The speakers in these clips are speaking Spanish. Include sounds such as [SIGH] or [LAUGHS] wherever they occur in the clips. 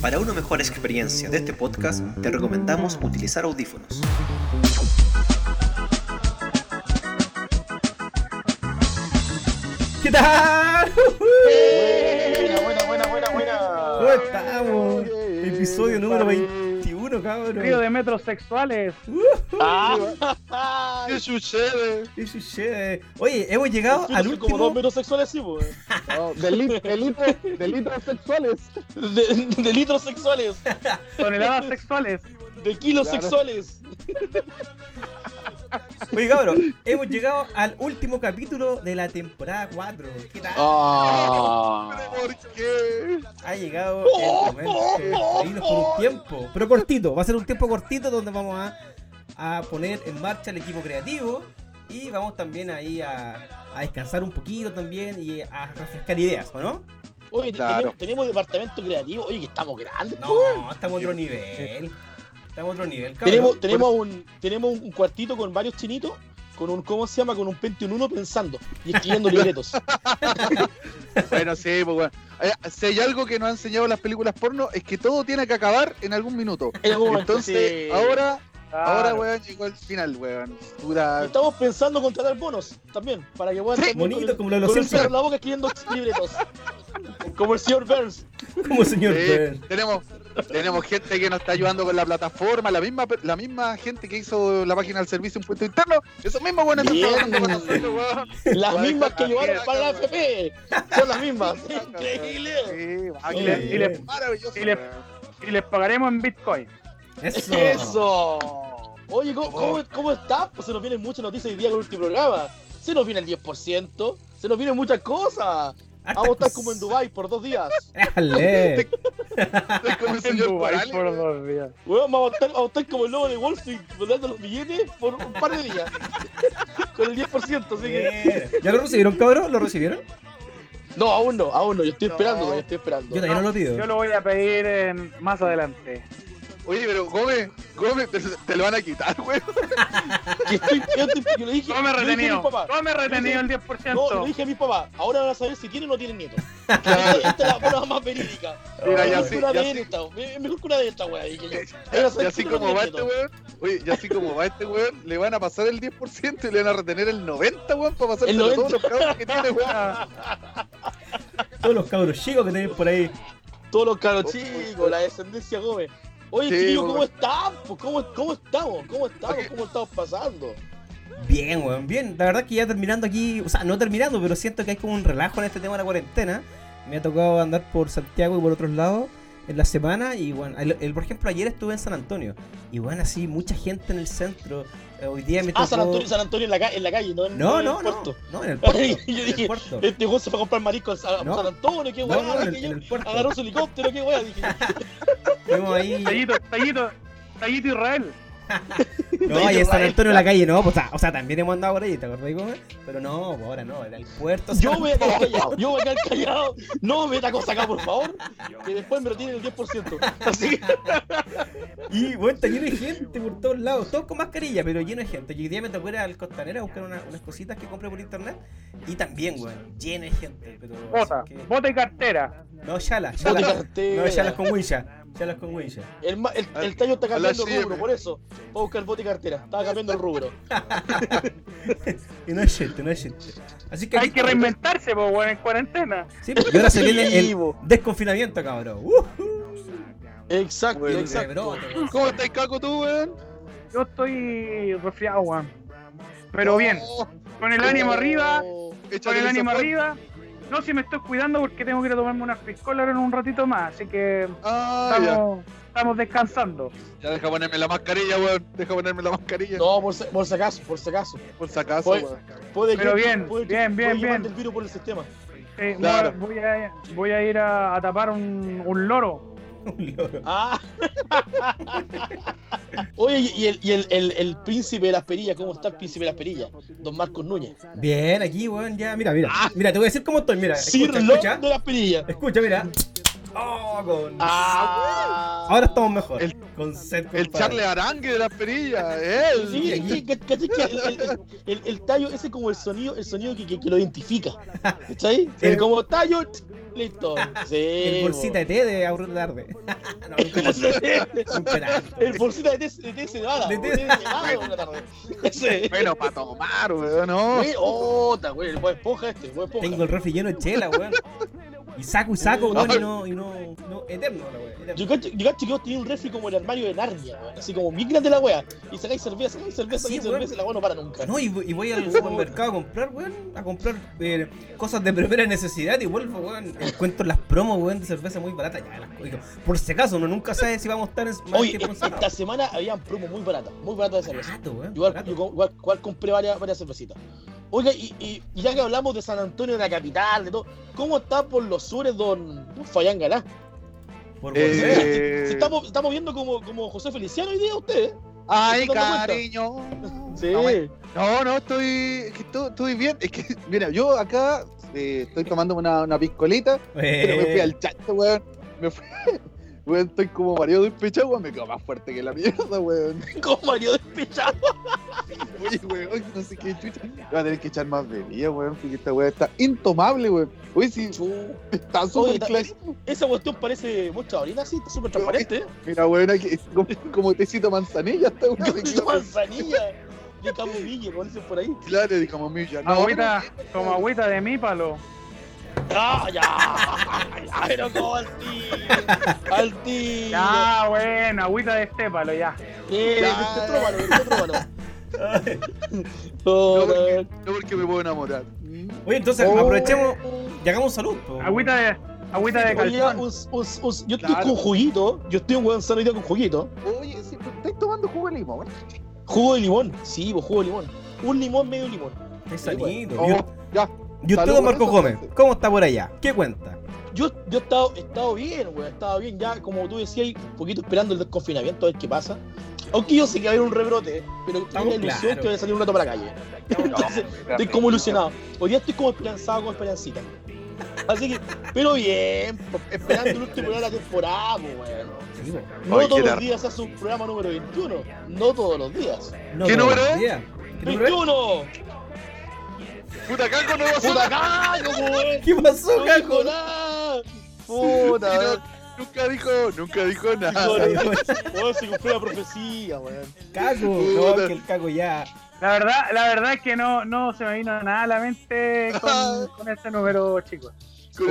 Para una mejor experiencia de este podcast, te recomendamos utilizar audífonos. ¿Qué tal? [LAUGHS] Buena, buena, buena, buena, ¿Cómo buena. estamos? Episodio número 21, Río cabrón. de metrosexuales. Ah, ¿Qué sucede? ¿Qué sucede? Oye, hemos llegado al Son como dos último. metrosexuales, sí, pues, po. Oh, deli- delito- delitos sexuales. De, de litros sexuales, [LAUGHS] Toneladas sexuales. de kilos Claro. sexuales. Oye, cabrón, hemos llegado al último capítulo de la temporada 4. ¿Qué tal? Ah. ¿Por qué? Ha llegado el momento de irnos por un tiempo, pero cortito. Va a ser un tiempo cortito donde vamos a, a poner en marcha el equipo creativo y vamos también ahí a, a descansar un poquito también y a refrescar ideas, ¿o no? Oye, te- Claro. tenemos, tenemos departamento creativo. Oye, que estamos grandes, po. No, estamos a otro nivel. Estamos a otro nivel, cabrón. Tenemos, tenemos, un, tenemos un cuartito con varios chinitos, con un, ¿cómo se llama? Con un Pentium 1 pensando y escribiendo libretos. Bueno, sí, pues bueno. Eh, Si hay algo que nos han enseñado las películas porno es que todo tiene que acabar en algún minuto. En algún momento, Entonces, sí. ahora, ahora, Claro. weón, llegó el final, weón. Dura. Estamos pensando contratar bonos también, para que puedan Sí. también con Bonito, el- como lo de los con el Simpsons. cigarro en la boca escribiendo libretos. Como el señor Burns. Como señor Sí, Burns. tenemos, tenemos gente que nos está ayudando con la plataforma, la misma, la misma gente que hizo la página del servicio en Puerto Interno. Esos mismos weones están Bien. trabajando con nosotros, weón. Las Guay, mismas que con la llevaron mierda, para la weón. FP. Son las mismas. Increíble. Sí, Oye, Águila, y le- maravilloso. y le- weón. Y les pagaremos en Bitcoin. Eso. Eso. Oye, ¿cómo, cómo, cómo está? Pues se nos vienen muchas noticias hoy día con el último programa. Se nos viene el 10%. Se nos vienen muchas cosas. Hartas Vamos a estar cosas. como en Este Dubai por dos días. Déjale. Estoy con el En señor Dubái Corales, por weón. dos días. Weón, vamos a estar, vamos a estar como el lobo de Wall Street, volando los billetes por un par de días. [LAUGHS] Con el 10%, así que... Bien. ¿Ya lo recibieron, cabrón? ¿Lo recibieron? No, aún no, aún no. Yo estoy No. esperando, todavía estoy esperando. Yo también no lo pido. Yo lo voy a pedir en- más adelante. Oye, pero Gómez, Gómez, te, te lo van a quitar, weón. Que estoy, yo, estoy- Tome yo le dije... yo le dije a mi retenido. papá, Tome retenido el No, le 10%. dije a mi papá, ahora van a saber si tienen o no [LAUGHS] tienen nietos. Esta es la prueba más verídica. Mira, Es y mejor así, que y una de así, esta, es mejor que una de esta, weá. dije yo. Ahora y saber así si tienen o no como va tienen este nietos. weón, oye, y así como va este weón, le van a pasar el 10% y le van a retener el 90, weón, para pasar El todos los cabros que tiene, weón. Ah, Todos los cabros chicos que tenéis por ahí. Todos los caros chicos, la descendencia Gómez. Oye, Sí, chiquillos, weón. ¿cómo están? po? ¿Cómo, ¿Cómo estamos? ¿Cómo estamos? Oye. ¿Cómo estamos pasando? Bien, weón, bien. La verdad que ya terminando aquí, o sea, no terminando, pero siento que hay como un relajo en este tema de la cuarentena. Me ha tocado andar por Santiago y por otros lados en la semana y bueno, el, el- por ejemplo ayer estuve en San Antonio y bueno, así mucha gente en el centro. Eh, hoy día me Ah, tocó... San Antonio, San Antonio en la, ca- en la calle, no en, No, en no, el no, puerto. no, en el puerto. [LAUGHS] Yo en dije, el puerto. Este weón se fue a comprar marisco a San, a No. San Antonio, qué No, weá. no, en, dije yo. en el puerto. Agarró su helicóptero, qué weá. Dije, Fuimos ahí. Tallito, tallito, tallito Israel. No, y en San Antonio en la calle no, pues, o sea, o sea, también hemos andado por ahí, ¿te acordás, Gómez? Pero no, pues, ahora no, era el puerto. yo me voy a quedar callado, yo voy a quedar callado. No me cosa acá, por favor. Que después me retiren el 10%. Así que, Y bueno, está lleno de gente por todos lados, todos con mascarilla, pero lleno de gente. Y hoy día me tocó ir al costanera a buscar una- unas cositas que compré por internet. Y también, weón, lleno de gente. Pero así Bota, que- bota y cartera. No, Yala, bote Yala. cartera. No, Yala con Wincha. Yala con Wincha. El, ma- el, el tallo está A la cambiando el rubro, siempre. por eso. Voy a buscar bote y cartera. Estaba cambiando el rubro. Y no es gente, no es gente. Así que. Hay que reinventarse, pues, weón, en cuarentena. Sí, pues, y ahora se viene el Vivo. desconfinamiento, cabrón. Uh, Exacto, Bueno, exacto. rebrote, weón. ¿Cómo estás, Caco, tú, weón? Yo estoy resfriado, weón. Pero bien, con el ánimo arriba, con Échale el esa ánimo pan. arriba. No, si me estoy cuidando porque tengo que ir a tomarme unas piscolas ahora en un ratito más, así que Ah, ya. estamos, estamos descansando. ya, deja ponerme la mascarilla, weón. Deja ponerme la mascarilla. No, Pues, por si, por si acaso, por si acaso. Por si acaso, Oye. weón. Puede Pero que- bien, puede que- bien, bien, puede que bien. mande el virus por el sistema. Eh, Claro. voy, a, voy a ir a, a tapar un, un loro. Un loro. Ah. [LAUGHS] Oye, y, el, y el, el, el príncipe de las perillas, ¿cómo está el príncipe de las perillas? Don Marcos Núñez. Bien, aquí, weón, ya. Mira, mira. Ah. Mira, te voy a decir cómo estoy, mira. Sir Escucha, Lord escucha. de las perillas. Escucha, mira. Oh, con. Ah, Ahora estamos mejor. El- con set, El compadre. Charles Arangue de las perillas, él. Sí, sí, sí, ca- caché que el, el- el- [LAUGHS] el tallo ese es como el sonido, el sonido que, que- que lo identifica. ¿Está ahí? Sí. Como tallo, Listo. Sí. El bolsita [LAUGHS] de té de Aurora Tarde. [LAUGHS] [LAUGHS] no, nunca pasó. Nunca era. El bolsita de té de té cebada. De De té. té cebada una tarde. [LAUGHS] Ese. Bueno, para tomar, weón, no. Güey, oh, ta, güey, el buen esponja este, el buen esponja. Tengo el refri lleno de chela, weón. Y saco y saco, weón, y no, y no, no eterno, la weón. Yo eterno. cacho yo cacho que vos tenías un refri como el armario de Narnia, güey. así como bien grande la wea. Y sacáis cerveza, sacáis cerveza, Así, sacáis güey. cerveza, y la wea no para nunca. No, y, voy- y voy al supermercado a comprar, weón, a comprar eh, cosas de primera necesidad y vuelvo, weón. Encuentro las promos, weón, de cerveza muy barata. Ya, las cojo. Por si acaso, uno nunca sabe si vamos a estar en más Oye, tiempo esta, encerrado. esta semana habían promos muy baratas, muy baratas de cerveza. Barato, weón, Yo igual, barato. yo co- igual- igual compré varias, varias cervecitas. Oiga, y, y- y ya que hablamos de San Antonio, de la capital, de todo, ¿cómo está por los sures don don Fayán Galá? Por volver. Eh, [LAUGHS] Si estamos, estamos viendo como, como José Feliciano hoy día usted, ¿eh? Ay, ¿Te estás dando cariño. Sí. No, bueno, No, no, estoy, es que estoy, estoy bien. Es que, [LAUGHS] mira, yo acá eh, estoy tomando una, una piscolita, Eh, pero Eh. me fui al chancho, weón. Me fui, [LAUGHS] weón, estoy como marido despechado, weón. Me quedo más fuerte que la mierda, weón. [LAUGHS] [LAUGHS] Como Mario despechado. Oye, weón, no sé qué chucha. Voy a tener que echar más bebida, weón, porque esta weón está intomable, weón. Oye, sí, está Oye, súper está- clash. Esa cuestión parece mucha orina, sí, está súper transparente. ¿eh? Mira, weón, aquí, [LAUGHS] es como, como tecito manzanilla, está weón. [LAUGHS] Manzanilla. De Camomille, como dicen por ahí. Claro, de camomilla. No, Agüita, como agüita de mi palo. ¡Ah, ya! [LAUGHS] ya pero como al tiro. Al tiro. Ya, bueno, agüita de este palo, ya. Eh, Ya. este otro valor, este otro [LAUGHS] valor. Ay. Oh, No, porque, no porque me puedo enamorar. Oye, entonces Oh. aprovechemos y hagamos salud, po. Agüita de, agüita de Oye, calzón. us- us- us- yo estoy Claro. con juguito. Yo estoy un weón sano hoy día con juguito. Oye, sí, pero estáis tomando jugo de limón. Jugo de limón. Sí, pues jugo de limón. Un limón, medio limón. Qué sanito. Oh, [LAUGHS] Yo- ya. Y usted, Salud don por Marco eso, Gómez, entonces. ¿cómo está por allá? ¿Qué cuenta? Yo, yo he, estado, he estado bien, weón. He estado bien ya, como tú decías, ahí, un poquito esperando el desconfinamiento, a ver qué pasa. Aunque yo sé que va a haber un rebrote, pero tengo la Estamos ilusión claros. que voy a salir un rato para la calle. Entonces, estoy como ilusionado. Hoy día estoy como esperanzado con esperancita. Así que, pero bien, pues, esperando el último día de la temporada, pues, weón. Sí, po. No Oye, todos los Gerard. días se hace un programa número 21. No todos los días. ¿Qué todos número los es? días. ¿Qué número es? ¡21! Puta caco no va a ¡Puta ser. cago, weón! ¿Qué pasó, ¡No dijo Caco? nada! Puta, Puta, weón. no, nunca dijo, nunca dijo nada. Dijo, Weón, se cumplió la profecía, weón. Caco, no, Puta. que el Caco ya. La verdad, la verdad es que no, no se me vino nada a la mente con, con este número, chicos.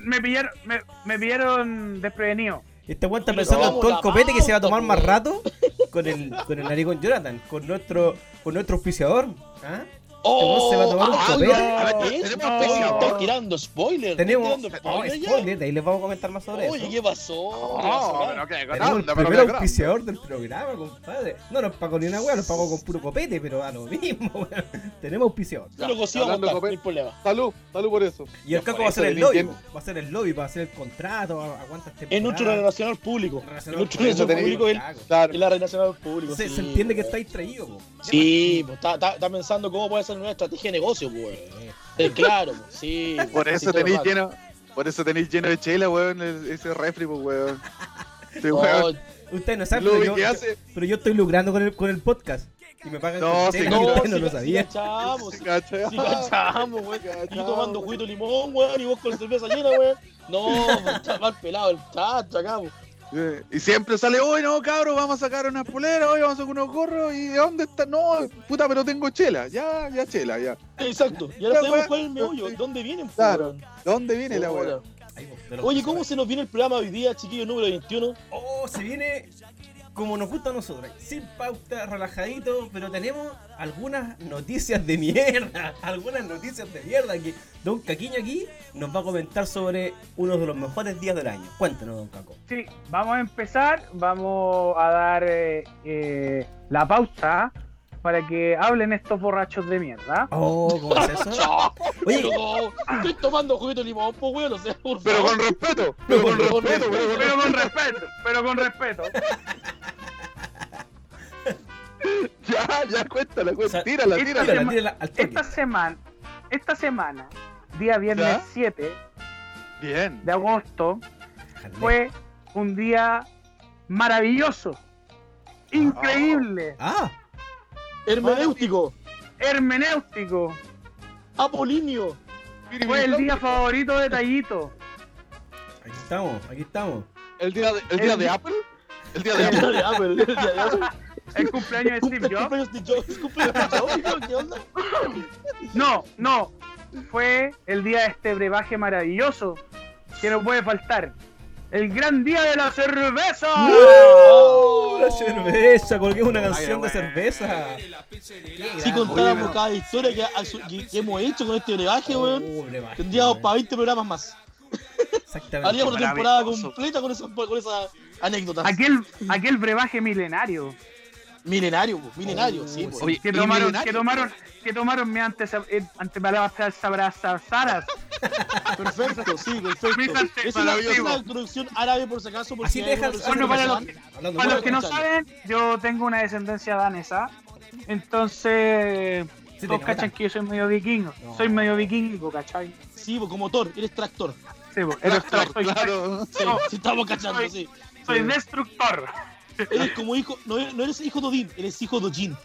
Me pillaron, me, me pillaron desprevenido. Este weón está Pero pensando en vamos todo el la copete que se va a pauta, tomar más po. rato con el, con el narigón Jonathan, con nuestro, con nuestro auspiciador. ¿ah? ¡Oh! se va a tomar un ah, copete. no, Tenemos ¿eh? no. Oye, están tirando spoiler. Tenemos. Oh, ¿Están tirando No, spoiler ya? spoiler, de ahí les vamos a comentar más sobre Oye, eso. ¿qué pasó? ¿Qué No, pasó? pero qué Tenemos el grande, pero primer qué grande. auspiciador del programa, compadre. No nos pagó ni una weá, nos pagó con puro copete, pero a lo mismo, weón. [LAUGHS] Tenemos auspiciador. Yo lo consigo Hablando montar, no copete. hay problema. Salud, salud por eso. Y el Caco va a hacer el lobby. po. Va a hacer el lobby para hacer el contrato, a- aguanta este Es nuestro relación al público. Es nuestro relación al público es Claro. la relación al público. Se, sí, se entiende que weón. está distraído, po. Sí, pues, está, está, está pensando cómo puede ser una estrategia de negocio, pues. Eh, claro, pues, sí. [LAUGHS] Por sí, eso todo el tenéis rato. lleno, por eso tenéis lleno de chela, weón, el- ese refri, pues, weón. Sí, No, weón. Usted no sabe, Lo pero que yo, hace, pero yo estoy lucrando con el, con el podcast. Y me pagan No, con sí, chela, [LAUGHS] no, y usted sí, no lo sí, sabía. cachamos, sí, cacha. sí, cachamos, weón. Y yo tomando juguito de limón, weón, y vos con la cerveza llena, weón. No, pues, está mal pelado el chacho acá, pues. Eh, Y siempre sale, hoy no, cabros, vamos a sacar unas poleras, hoy vamos a sacar unos gorros, ¿y de dónde está? No, puta, pero tengo chela, ya, ya chela, ya. Exacto, y La ahora sabemos weá- cuál es el meollo, dónde vienen, pues, Claro. weón. ¿De dónde viene la Ahora. weón? Ahí, po, de los Oye, auspiciadores. ¿cómo se nos viene el programa hoy día, chiquillo número [LAUGHS] 21? Oh, se viene como nos gusta a nosotros. Sin pauta, relajadito, pero tenemos algunas noticias de mierda. [LAUGHS] Algunas noticias de mierda que Don Caquiño aquí nos va a comentar sobre uno de los mejores días del año. Cuéntanos, Don Caco. Sí, vamos a empezar, vamos a dar eh, eh, la pausa para que hablen estos borrachos de mierda. Oh, ¿cómo es [LAUGHS] eso? ¡No! Oye, Estoy tomando juguito de limón, pues, weón, o sea, por Pero favor. con respeto, pero con Pero con respeto, respeto. pero con [LAUGHS] Pero con respeto, pero con respeto. [LAUGHS] Ya, ya, cuéntala, O sea, este cuéntala, tírala, esta tírala. tírala, tírala al toque. Esta semana, esta semana, día viernes ¿Ya? 7 Bien. de agosto, Jaleo. fue un día maravilloso, Ah. increíble, Ah, Hermenéutico, hermenéutico. Apolinio. Fue el día favorito de Tallito. Aquí estamos, aquí estamos. ¿El día de, el día El- de Apple? ¿El día de Apple? [LAUGHS] El [LAUGHS] día de Apple, el día de Apple. ¿El cumpleaños de Ah, Steve [LAUGHS] ¿El Jobs? cumpleaños de Jobs? ¿Cumpleaños de Jobs? hijo? ¿Qué onda? No, no. Fue el día de este brebaje maravilloso que no puede faltar. El gran día de la cerveza. Oh, ¡La cerveza! Colgué una canción de cerveza. Si contáramos cada historia que, ha- que- que hemos hecho con este Oh, brebaje, weón, Oh, tendríamos para 20 programas más. Exactamente. Haríamos una temporada completa con esas con esas anécdotas. Aquel, aquel brebaje milenario. Milenario, pues, Oh, milenario, sí. pues. Oye, Que ¿y tomaron, milenario? que tomaron, que tomaron mi antes, eh, antepalabras sabras. Perfecto, [LAUGHS] sí, perfecto. Fíjate, Esa es la- esa es maravilloso. la introducción árabe, por si acaso. porque Así te hay una dejan. versión Bueno, para los- internacional. Hablando Para mal. los que no saben, yo tengo una descendencia danesa. Entonces, Sí, todos te cachan nota. que yo soy medio vikingo. No. Soy medio vikingo, ¿cachai? Sí, pues, como Thor, eres tractor. Sí, vos, eres Claro, soy- claro. Sí, No. sí, estamos cachando, sí. soy destructor. Eres como hijo, no eres, no eres hijo de Odín, eres hijo de Jin.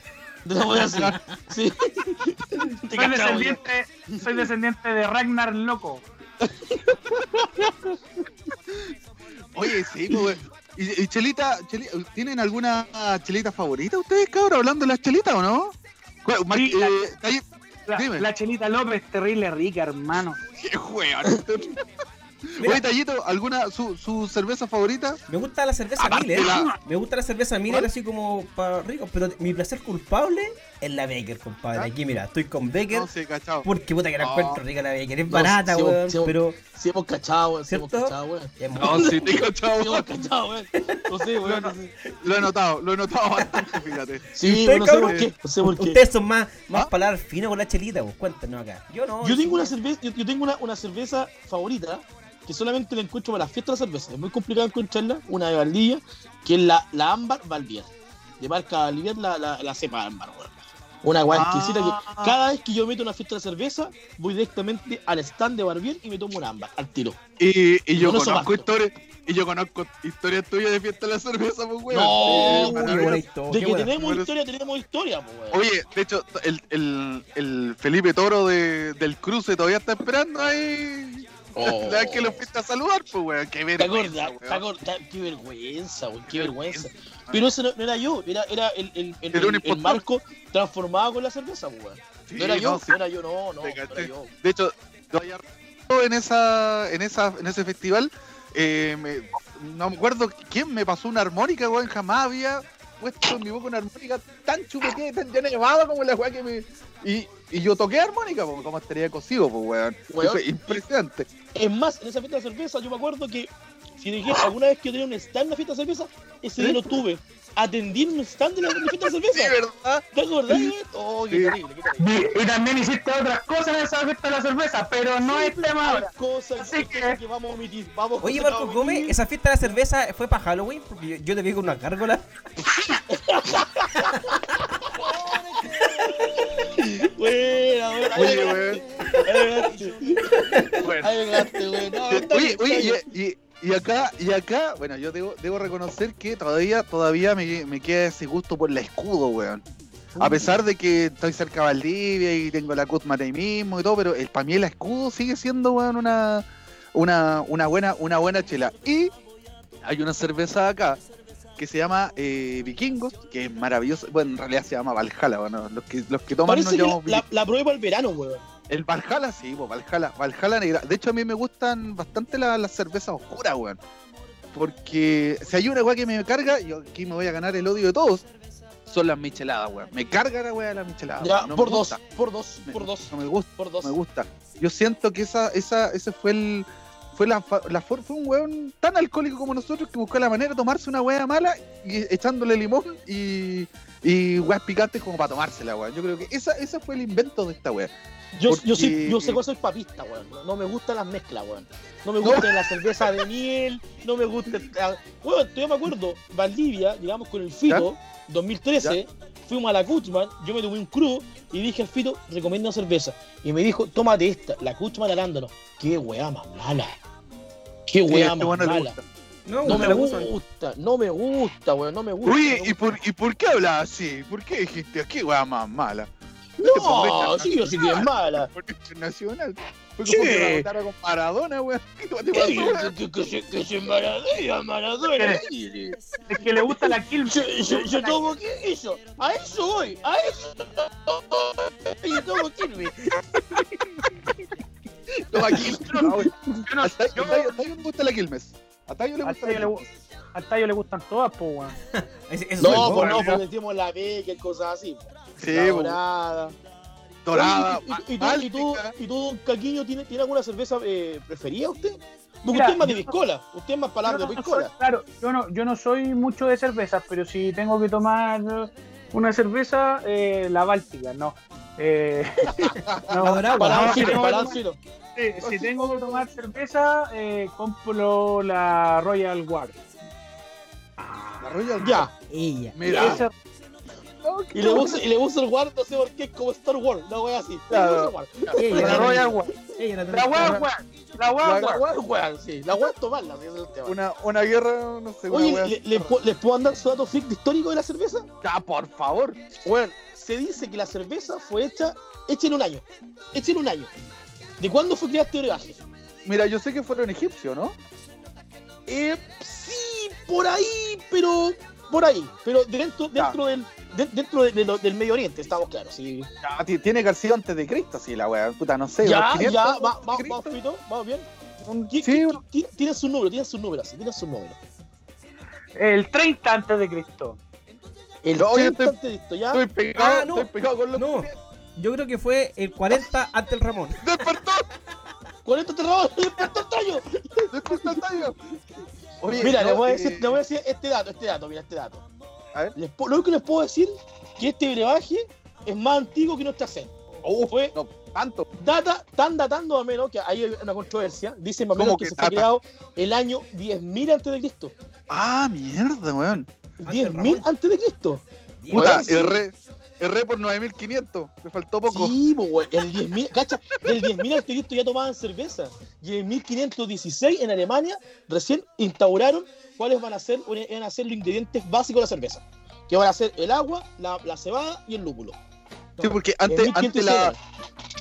De la [LAUGHS] wea así. Sí. Te Soy cachamos, descendiente, soy descendiente de Ragnar Loco. Oye, sí, pues, güey. ¿Y, y chelita, cheli- ¿tienen alguna chelita favorita ustedes, cabrón? Hablando de las chelitas, ¿o no? ¿Cuál- Mar- Sí, la- eh, ahí- La, Dime. la chelita López, terrible rica, hermano. ¡Qué weón! Mira. Oye, Tallito, ¿alguna su, su cerveza favorita? Me gusta la cerveza Aparte Miller. la- Me gusta la cerveza Miller así como para rico. Pero mi placer culpable es la Baker, compadre. ¿Ah? Aquí mira, estoy con Baker. No sé, cachao. Porque puta que la No. encuentro rica la Baker. Es No, barata, sí, weón. sí, pero Sí, hemos cachado, weón. Sí, hemos ¿Cierto? cachado, weón. es muy- No, sí, te cachao. Sí, hemos cachado, weón. No sé, weón. no sé. [LAUGHS] Lo he notado, lo he notado bastante, fíjate. Sí, usted, weón, no sé cabrón? por qué. No sé por qué. Ustedes son más, más ¿Ah? palabras finas con la chelita, vos. Cuéntanos acá. Yo no. Yo tengo una cerveza, yo, yo tengo una, una cerveza favorita que solamente la encuentro para las fiestas de la cerveza. Es muy complicado encontrarla, una de Valdivia, que es la, la Ámbar Valvier. De marca Valvier, la, la, la cepa Ámbar, weón. Una weá exquisita Ah. que cada vez que yo meto una fiesta de cerveza, voy directamente al stand de Barbier y me tomo una ámbar al tiro. Y, y yo Con conozco eso basta. historias, y yo conozco historias tuyas de fiesta de la cerveza, pues, Uy, weón. Sí, No, para Oh, qué buena ver. historia, De qué que buena. tenemos Bueno. historia, tenemos historia, po, weón. Oye, de hecho, el, el, el Felipe Toro de, del cruce todavía está esperando ahí. Oh. [LAUGHS] La vez que lo fuiste a saludar, pues, weón. Qué ¿Te vergüenza, acuerdas? weón. ¿Te acuerdas? Qué vergüenza, weón, qué vergüenza. Pero ese no, no era yo, era, era el, el, el, Era un el- el impostor. marco transformado con la cerveza, weón. Sí, no era yo, no, sí. no era yo, no, no, no Te era caché. yo. De hecho, yo había arrancado en esa, en esa, en ese festival, eh, me- no me acuerdo quién me pasó una armónica, weón, jamás había puesto en mi boca una armónica tan chupeteada, y tan llena de baba como la weá que me. Y, y yo toqué armónica, pues, como estaría cosido, pues weón. Weón. Fue impresionante. Es más, en esa fiesta de cerveza, yo me acuerdo que si dije alguna vez que yo tenía un stand en la fiesta de cerveza, ese día ¿Sí? lo tuve. Atendí en un stand de la de la fiesta de Sí, cerveza. ¿verdad? ¿Te acordás, weón? Oh, qué Sí. terrible, qué terrible. Y, y también hiciste otras cosas en esa fiesta de la cerveza, pero no es tema ahora. Cosas, Así que- cosas que vamos a omitir. Vamos, Oye, cosas que Marco vamos a omitir. Gómez, ¿esa fiesta de la cerveza fue para Halloween? Porque yo, yo te vi con una gárgola. Buena, buena. Oye, Ahí weón. llegaste. Bueno. Ahí llegaste, weón. [LAUGHS] No, está Oye, bien, está bien. oye, y, y- y acá, y acá, bueno, yo debo, debo reconocer que todavía, todavía me, me queda ese gusto por la escudo, weón. A pesar de que estoy cerca de Valdivia y tengo la Cutmata ahí mismo y todo, pero el, para mí el escudo sigue siendo, weón, una, una, una, buena, una buena chela. Y hay una cerveza acá que se llama eh, Vikingos, que es maravillosa. Bueno, en realidad se llama Valhalla, bueno, los que, los que toman Parece nos que llamamos la, la, la probé para el verano, weón. el Valhalla, sí, pues, Valhalla, Valhalla negra. De hecho, a mí me gustan bastante la- las cervezas oscuras, weón. Porque si hay una weá que me carga, yo aquí me voy a ganar el odio de todos, son las micheladas, weón. Me carga la weá de las micheladas. Ya, weón. Ah, No me por dos, gusta. por dos, Me- por dos, No me gusta, por no dos. me gusta. Yo siento que esa, esa, ese fue el. Fue la, fa- la for- fue un weón tan alcohólico como nosotros que buscó la manera de tomarse una weá mala y echándole limón y, y weas picantes como para tomársela, weón. Yo creo que esa, esa fue el invento de esta weá. Yo, Porque- yo, sí, yo sé que soy papista, weón. No me gustan las mezclas, weón. No me gusta la cerveza de miel, no me gusta. la- Weón, todavía me acuerdo, Valdivia, llegamos con el Fito, 2013, fuimos a la Kuchman, yo me tomé un crudo y dije al Fito, recomienda una cerveza. Y me dijo, tómate esta, la Kuchman al arándano. Qué weá más mala. Qué Sí, weá este más weón no le mala. gusta. No me me gusta, no me gusta, weón, no me gusta. Oye, no me ¿y por, ¿y por qué hablaba así? ¿Por qué dijiste aquí, weá, más mala? No, sí, yo sí que es mala. Por internacional. Fue como Sí. que la botara con Maradona, weón. [LAUGHS] ¿Qué te pasó, weón? Que- que- que se- Que se maradona, maradona. y- Es que le gusta la kill. Yo, yo, yo tomo que eso, a eso voy, a eso. Yo tomo Kirby. No, aquí. no, weón. Yo A no- Tayo- yo- a Tayo- a Tayo le gusta la Quilmes. A Tayo le a gusta la Tayo le Quilmes. gu- a Tayo le gustan todas, po, weón. Ese- ese soy No, yo. pues bueno. no, porque decimos la beca y cosas así. Sí, la weón. dorada. dorada. Oye, ¿Y, y- y tú, y, tú, báltica. y tú, don Caquiño, ¿tiene, tiene alguna cerveza eh, preferida usted? Porque Mira, usted es más de yo- piscola, usted es más palabra Yo Ah, de no soy- piscola. claro, yo no, yo no soy mucho de cervezas, pero si tengo que tomar una cerveza, eh, la Báltica, no. Eh, [LAUGHS] no, dorada, no, si tengo Balancito, que tomar- balancito. sí, si tengo que tomar cerveza, eh, compro la Royal Guard. La Royal Ya. Ella. Mira. Esa- Y le usa, y le usa el guard, no sé por qué, es como Star Wars, una wea así. Claro. Le usa el guard. Ella. la la- Royal Guard. ella la- La Guard, Guard, La Ah, Guard, La Guard. wea es guard, sí. La wea es tomarla, sí, ese es el tema. Una, una guerra, no sé, Oye, una wea- ¿le- le puedo- ¿les puedo andar su dato fic- histórico de la cerveza? Ah, por favor. Bueno, se dice que la cerveza fue hecha, hecha en un año. Hecha en un año. ¿De cuándo fue creada este brebaje? Mira, yo sé que fueron egipcios, ¿no? Eh, sí, por ahí, pero. Por ahí. Pero dentro, Ya. dentro del. de- dentro de- de lo- del Medio Oriente, estamos claros. Sí. Ya, ah, ti- tiene que haber sido antes de Cristo, sí, la wea. Puta, no sé. ya, unos 500 ya, antes va- de va- Cristo. vamos, Fito, vamos bien. Sí, bueno. Tiene su número, tiene su número, así, tiene su número. El 30 antes de Cristo. El No, yo 30 estoy- antes de esto, ya. Estoy pegado, Ah, no. estoy pegado con los. No, yo creo que fue el 40 ante el Ramón. ¡Despertó! 40 [LAUGHS] terror, despertó el tallo. ¡Despertó el Tayo! Oye, Mira, no, les voy, a eh, decir, les voy a decir este dato, este dato, mira, este dato. A ver. Les po- lo que les puedo decir que este brebaje es más antiguo que nuestra sed. Uf, Fue no, tanto. data, tan datando más o menos, que ahí hay una controversia, dicen más o ¿Cómo menos que, que se fue data? creado el año 10.000 antes de Cristo. Ah, mierda, weón. 10.000 antes de Cristo. Puta, Weón, sí. erré. Erré por 9500. Me faltó poco. Sí, po, weón, el 10.000, cacha, del 10.000 antes de Cristo ya tomaban cerveza. Y en 1516 en Alemania recién instauraron cuáles van a ser, van a ser los ingredientes básicos de la cerveza. Que van a ser el agua, la, la cebada y el lúpulo. Sí, porque En antes, antes, 1516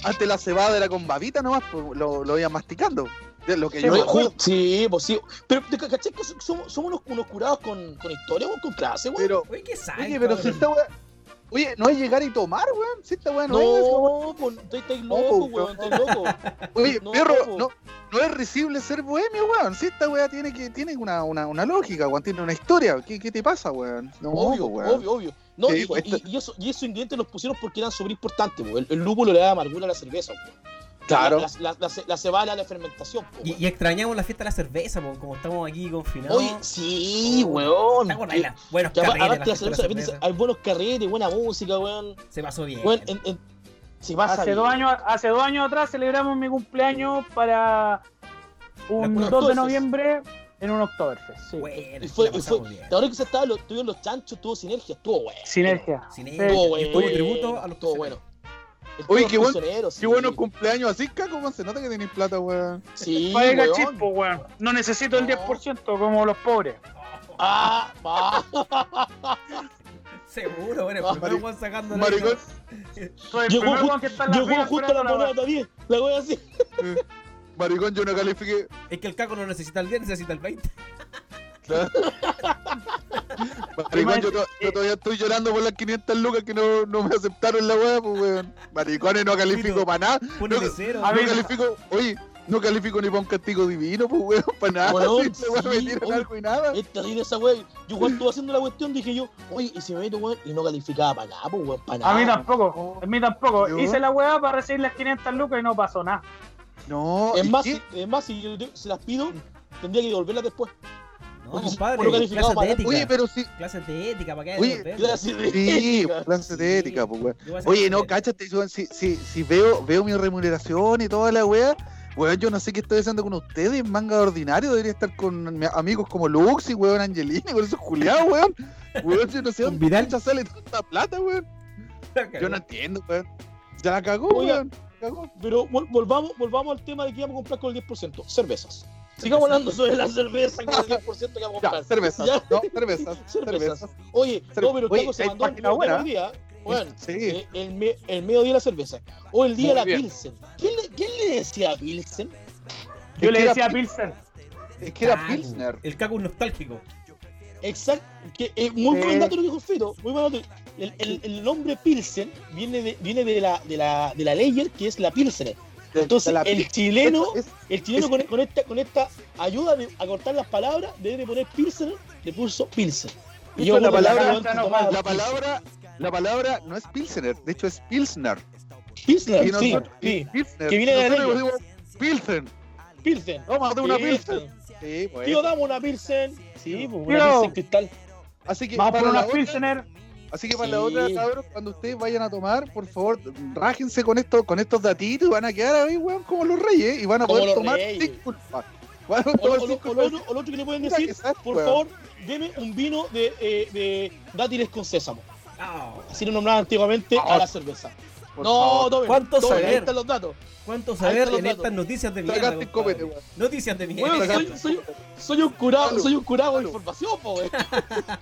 la, antes la cebada era con babita nomás, pues, lo, lo iban masticando. De lo que yo No, me ju- acuerdo. sí, pues sí. Pero ¿te ca- ¿cachai que so- somos, somos unos, unos curados con, con historia, weón? con clase, weón? Pero, Oye, qué psycho. oye, pero si esta weá. Oye, no es llegar y tomar, weón. Si esta weá no, es. No, pues estáis estáis loco, No, weón, estáis loco. Oye, no, perro, po. no, no es risible ser bohemio, weón. Si esta weá tiene que tiene una, una, una lógica, weón, tiene una historia. ¿Qué, qué te pasa, weón? No, obvio, po, weón. obvio, obvio. No, Sí, y, pues, y- y eso- y esos ingredientes los pusieron porque eran súper importantes, weón. El, el lúpulo le da amargura a la cerveza, weón. Claro. La, la, la ce- la cebada le da la fermentación, po, Y, weón. y extrañamos la fiesta de la cerveza, po, como estamos aquí confinados. Oye, sí, weón. ¿Te acuerdas de las- buenos Que- que carretes, aparte la la fiesta de la cerveza, de repente cerveza? hay buenos carretes, buena música, weón. Se pasó bien. Weón, en- en- se pasa Hace bien. dos, años, hace dos años atrás celebramos mi cumpleaños para un Las 2 de cosas. noviembre en un Oktoberfest. Sí. Bueno, Y fue, la y pasamos fue, bien. la hora que se estaba, lo, tuvieron los chanchos, tuvo sinergia, estuvo bueno. Sinergia. Sin Sí. ella. Estuvo Y bueno. estuvo tributo a los Estuvo prisioneros. bueno. El Oye, todos qué buen- prisioneros, sí. Qué buenos cumpleaños así, Caco, man, se nota que tenéis plata, weón. [LAUGHS] Sí, Paega weón. chispo, weón. No necesito el No. 10% como los pobres. Ah, [LAUGHS] va. [LAUGHS] Seguro, bueno, el primero Ah, maricón. weón sacando la- Maricón. Soy el Llegó primer ju- weón que está en la Llegó fila justo la esperando la moneda también. La wea así. Maricón, yo no califique. Es que el caco no necesita el 10, necesita el 20. Maricón, yo, to- yo todavía estoy llorando por las 500 lucas que no, no me aceptaron la weá, pues, weón. Maricones, no califico Pito. para nada. Ponele No, cero. a No ver. califico, oye, no califico ni para un castigo divino, pues, weón, para nada. [LAUGHS] Weón, Esta weá me sí, tiran oye. algo y nada. Es terrible Este esa wea. Yo cuando estuve haciendo la cuestión dije yo, oye, y si me meto, weón, y no calificaba para nada, pues, weón, para nada. A mí tampoco, a mí tampoco. Yo- Hice la weá para recibir las 500 lucas y no pasó nada. No, Es ¿y más, qué? si, es más, si yo te- se las pido, tendría que devolverlas después. No, pues, Oye, compadre. puro calificado Clases de para- ética. Oye, pero sí. Clases de ética, ¿para qué? Oye, devolverlo? Gracias. Sí, Ética. clase de [LAUGHS] ética, pues, weón. Yo voy a hacer Oye, no, deber. cáchate, weón, si, si, si veo, veo mi remuneración y toda la weá, weón, yo no sé qué estoy haciendo con ustedes, manga ordinario, debería estar con mi- amigos como Luxi, weón, Angelini, con esos culiados, weón. Weón, yo no sé Con dónde Vidal. chucha sale tanta plata, weón. Yo no entiendo, weón. Ya la cagó, Oiga. weón. Cagó. Pero vol- volvamos, volvamos al tema de que íbamos a comprar con el 10%. Cervezas. Sigamos hablando sobre la cerveza con el 10% que vamos a Ya, comprar. cervezas. Ya. No, cervezas. [LAUGHS] Cervezas. cervezas. Oye, Cerve- no, pero Oye, Caco se hay mandó un página video buena. hoy día. Bueno, Sí. eh, el, me- el mediodía la cerveza. O el día Muy la bien. pilsen. ¿Quién le, ¿Quién le decía Pilsen? Yo Es le que era decía a Pil- Pilsen. Es que era Kaku, Pilsner. El Kaku nostálgico. Exacto. Que, eh, muy Sí. buen dato lo que dijo Fito. Muy buen dato. El, el- el nombre Pilsen viene de, viene de la, de la, de la Layer, que es la Pilsen. De- Entonces, de la el Pil- chileno, [LAUGHS] Es- el chileno con, con esta, con esta ayuda de, a cortar las palabras, debe de poner Pilsen, le puso Pilsen. Y Puta, la creo que palabra- weón se la tomaba la palabra, la palabra no es Pilsener, de hecho es Pilsner. Pilsen, Y Eh, sí, nosotros- y sí, Pilsner. Que viene de Nosotros Alemania. decimos, Pilsen. Pilsen. Vamos a hacer una Pilsen. Pilsen. Sí, pues. Tío, dame una Pilsen. Sí, pues, una Tío. Pilsen cristal. Así que Vamos por para la una otra- Pilsener. Así que para eh. Sí. la otra, cabros, cuando ustedes vayan a tomar, por favor, rájense con estos, con estos datitos y van a quedar ahí, weón, como los reyes, y van a Como poder los tomar reyes. sin culpa. Van a O, tomar o, sin lo, o culpa. lo otro, o lo otro que le pueden Mira decir, que estás, por weón. favor, deme un vino de, eh, de dátiles con sésamo. Ah, Así lo nombraban antiguamente a la cerveza. Por No, favor. tomen. ¿Cuánto tomen, saber? Ahí están los datos. ¿Cuánto Ahí saber están los en datos. estas noticias de mierda? Sacaste el compadre? copete, weón. Noticias de mierda. Bueno, soy, compadre. soy, soy un curado, Salud. soy un curado de Salud. información, po, wey.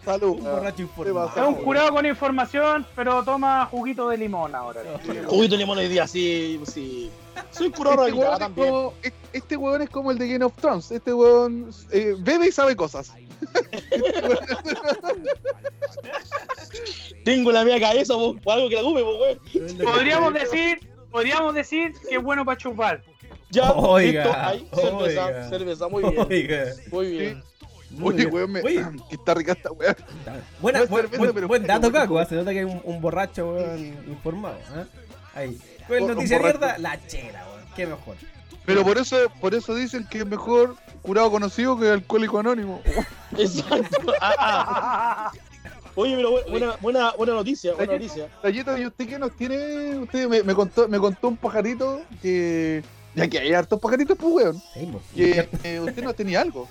Salud. Un weón. borracho informado. vas Es un curado con información, pero toma juguito de limón ahora. Uy, de limón hoy día, sí, sí. Soy un curado Este de weón, radical es también. como, este- este weón es como el de Game of Thrones. Este weón eh, bebe y sabe cosas. Tengo en la mía cabeza, po, o algo que la tuve, po, wey. Podríamos decir, podríamos decir que es bueno para chupar. Ya, Oiga, listo, ahí, cerveza, oiga. cerveza, muy bien, Oiga, muy bien. muy Oye, bien. weón, me... Oye, [CLEARS THROAT] que está rica esta weón. buena- No es buen, cerveza, buen- pero- buen dato, pero- Caco. ¿eh? Se nota que hay un, un borracho weón, informado. ¿eh? Ahí. ¿Cuál es Un- un noticia de borracho. mierda? La chela, weón. Qué mejor. Pero por eso, por eso dicen que es mejor curado conocido que alcohólico anónimo. Exacto. Ah, ah. Oye, pero bu- buena, buena, buena noticia, buena Oye. noticia. Talleta, ¿y usted qué nos tiene? Usted me, me contó, me contó un pajarito que. Ya que hay hartos pajaritos, pues weón. Seguimos. Que eh, usted no tenía algo.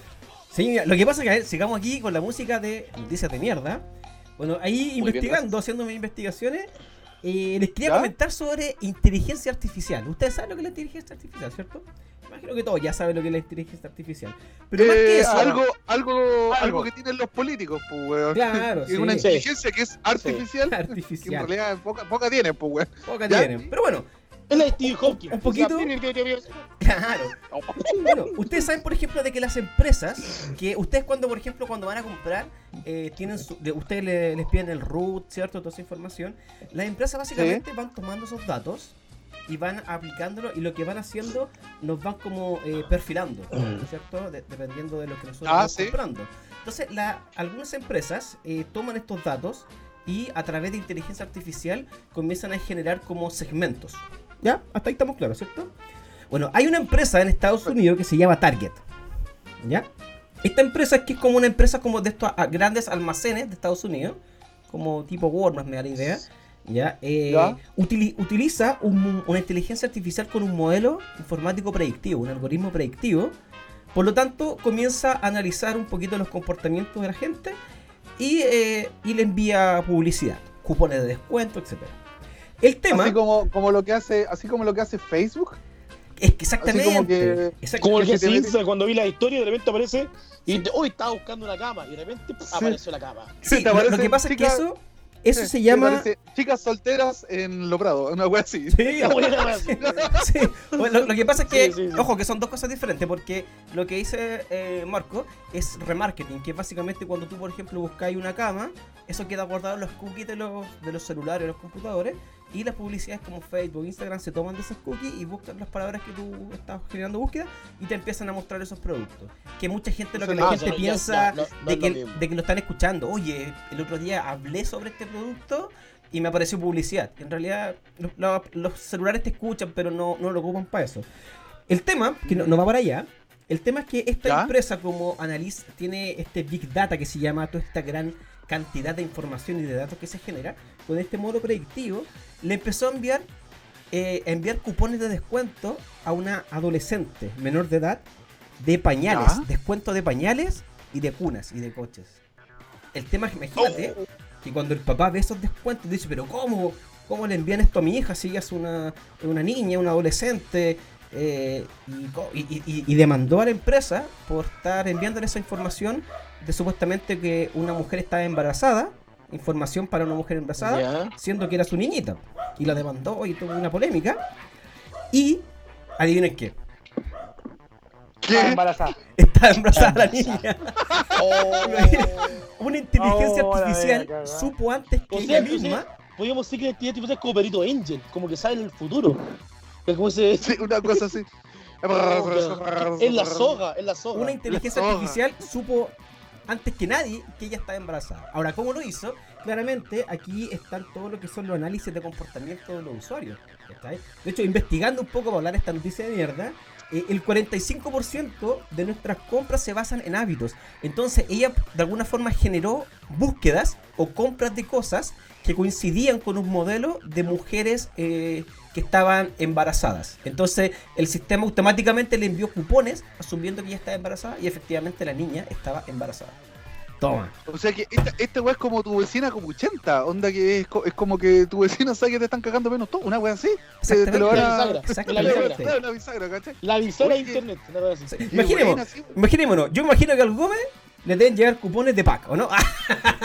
Sí, mira, lo que pasa es que a ver, sigamos aquí con la música de Noticias de Mierda. Bueno, ahí bien, investigando, haciendo mis investigaciones, eh, les quería ¿Ya? comentar sobre inteligencia artificial. Ustedes saben lo que es la inteligencia artificial, ¿cierto? Imagino que todos ya saben lo que es la inteligencia artificial. [LAUGHS] Pero más que Eh, eso, algo, algo, Algo. algo que tienen los políticos, pues weón. Claro, [LAUGHS] Que es una sí. inteligencia que es [LAUGHS] artificial. Que en artificial, realidad poca, poca tiene, pues weón. poca ¿Ya? tienen. Pero bueno, Es la de Steve Hawking. Un poquito. Claro. Bueno, ustedes saben, por ejemplo, de que las empresas, que ustedes cuando, por ejemplo, cuando van a comprar, eh, tienen su- de- ustedes le- les piden el root, ¿cierto? Toda esa información. Las empresas básicamente van tomando esos datos y van aplicándolo y lo que van haciendo nos van como eh, perfilando, ¿cierto? De- dependiendo de lo que nosotros Mm. Ah, vamos sí. comprando. Entonces, la- algunas empresas eh, toman estos datos y a través de inteligencia artificial comienzan a generar como segmentos. ¿Ya? Hasta ahí estamos claros, ¿cierto? Bueno, hay una empresa en Estados Unidos que se llama Target. ¿Ya? Esta empresa es que es como una empresa como de estos ah, grandes almacenes de Estados Unidos, como tipo Walmart, me da la idea. ¿Ya? Eh, Ya. utili- utiliza un- una inteligencia artificial con un modelo informático predictivo, un algoritmo predictivo. Por lo tanto, comienza a analizar un poquito los comportamientos de la gente y, eh, y le envía publicidad, cupones de descuento, etc. El tema Así como, como lo que hace, así como lo que hace Facebook. es que así como exactamente... que- exact- Como [LAUGHS] el Que que te se mete- hizo cuando vi la historia y de repente aparece y dice, hoy estaba buscando una cama y de repente pff, Sí. apareció la cama. Sí, ¿Te lo- lo, parece, que pasa chica? es que eso, eso Sí, se me llama... parece Chicas solteras en Lo Prado, una wea así. Sí, Está buena, [LAUGHS] weón. [LAUGHS] sí. Bueno, lo, lo que pasa es que, Sí, sí, sí. ojo, que son dos cosas diferentes, porque lo que dice eh, Marco es remarketing, que es básicamente cuando tú, por ejemplo, buscáis una cama, eso queda guardado en los cookies de los, de los celulares, los computadores, y las publicidades como Facebook, Instagram se toman de esas cookies y buscan las palabras que tú estás generando búsqueda y te empiezan a mostrar esos productos. Que mucha gente, lo que la Ah, gente ya, ya, piensa... ya, no, de no es lo que, mismo. de que lo están escuchando. Oye, el otro día hablé sobre este producto y me apareció publicidad. En realidad, lo- lo- los celulares te escuchan, pero no, no lo ocupan para eso. El tema, que no, no va para allá, el tema es que esta ¿Ya? empresa como Analyst tiene este Big Data que se llama, toda esta gran cantidad de información y de datos que se genera, con este modo predictivo, le empezó a enviar, eh, a enviar cupones de descuento a una adolescente menor de edad de pañales, Ya. descuento de pañales y de cunas y de coches. El tema es, que imagínate, que cuando el papá ve esos descuentos dice, pero ¿cómo? ¿Cómo le envían esto a mi hija si ella es una, una niña, una adolescente? Eh, y, co- y- y- y- y demandó a la empresa por estar enviándole esa información de supuestamente que una mujer estaba embarazada, información para una mujer embarazada, Ya. siendo que era su niñita. Y la demandó y tuvo una polémica. Y Adivinen qué. [LAUGHS] Estaba ¿Qué? embarazada. Está embarazada la niña. Oh. Una inteligencia Oh, la artificial verga, ¿verdad? supo antes que O sea, ella o sea, misma. Podríamos decir que la identidad tipo es como Perito Angel, como que sabe el futuro. Es [LAUGHS] como ese. Sí, una cosa así. Es la soga, es la soga. Una inteligencia soga. artificial supo antes que nadie que ella estaba embarazada. Ahora, ¿cómo lo hizo? Claramente aquí están todo lo que son los análisis de comportamiento de los usuarios. ¿cachai? De hecho, investigando un poco para hablar de esta noticia de mierda, eh, el 45% de nuestras compras se basan en hábitos. Entonces, ella de alguna forma generó búsquedas o compras de cosas que coincidían con un modelo de mujeres eh, que estaban embarazadas. Entonces, el sistema automáticamente le envió cupones asumiendo que ella estaba embarazada y efectivamente la niña estaba embarazada. Toma. O sea que esta, esta weá es como tu vecina como 80. Onda que es, co- es como que tu vecina sabe que te están cagando menos tú. Una weá así. Te, te lo van a. Bisagra. Exactamente. Claro, una bisagra, ¿cachai? La visora de Oye. internet, una cosa así. Qué Imaginemos, buena, sí. imaginémonos, yo imagino que al Gómez le deben llegar cupones de pack, ¿o no? [LAUGHS]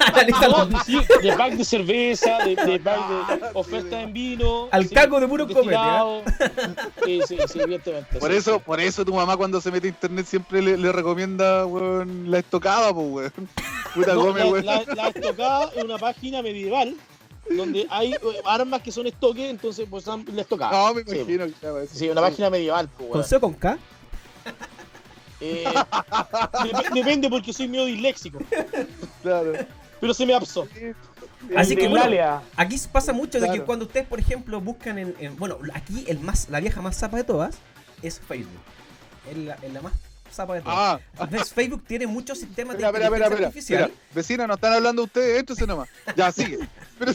Analiza Ah, No, los- sí, de pack de cerveza, de, [LAUGHS] de pack de ofertas en vino. Ah, Al sí, caco de puro copete, ¿eh? destilado. Sí, sí, sí, evidentemente. Por sí, eso, sí. por eso tu mamá cuando se mete a internet siempre le, le recomienda, weón, la estocada, pues, weón. Puta No, come, la- weón. la, la estocada es una página medieval donde hay eh, armas que son estoques, entonces pues son la estocada. No, me Sí, pues. imagino. que era eso. Sí, una página medieval, pues, ¿Con weón. C o con K? Eh, dep- depende porque soy medio disléxico, Claro. pero se me absó. Así El que, de bueno, Italia. Aquí pasa mucho de que Claro. cuando ustedes, por ejemplo, buscan en, en- bueno, aquí el más, la vieja más zapa de todas es Facebook. Es la, es la más zapa de todas. Ah, Entonces, Facebook tiene muchos sistemas de espera, espera, espera, inteligencia espera, artificial. espera. Vecina, no están hablando ustedes, échese nomás. Ya, sigue. Pero,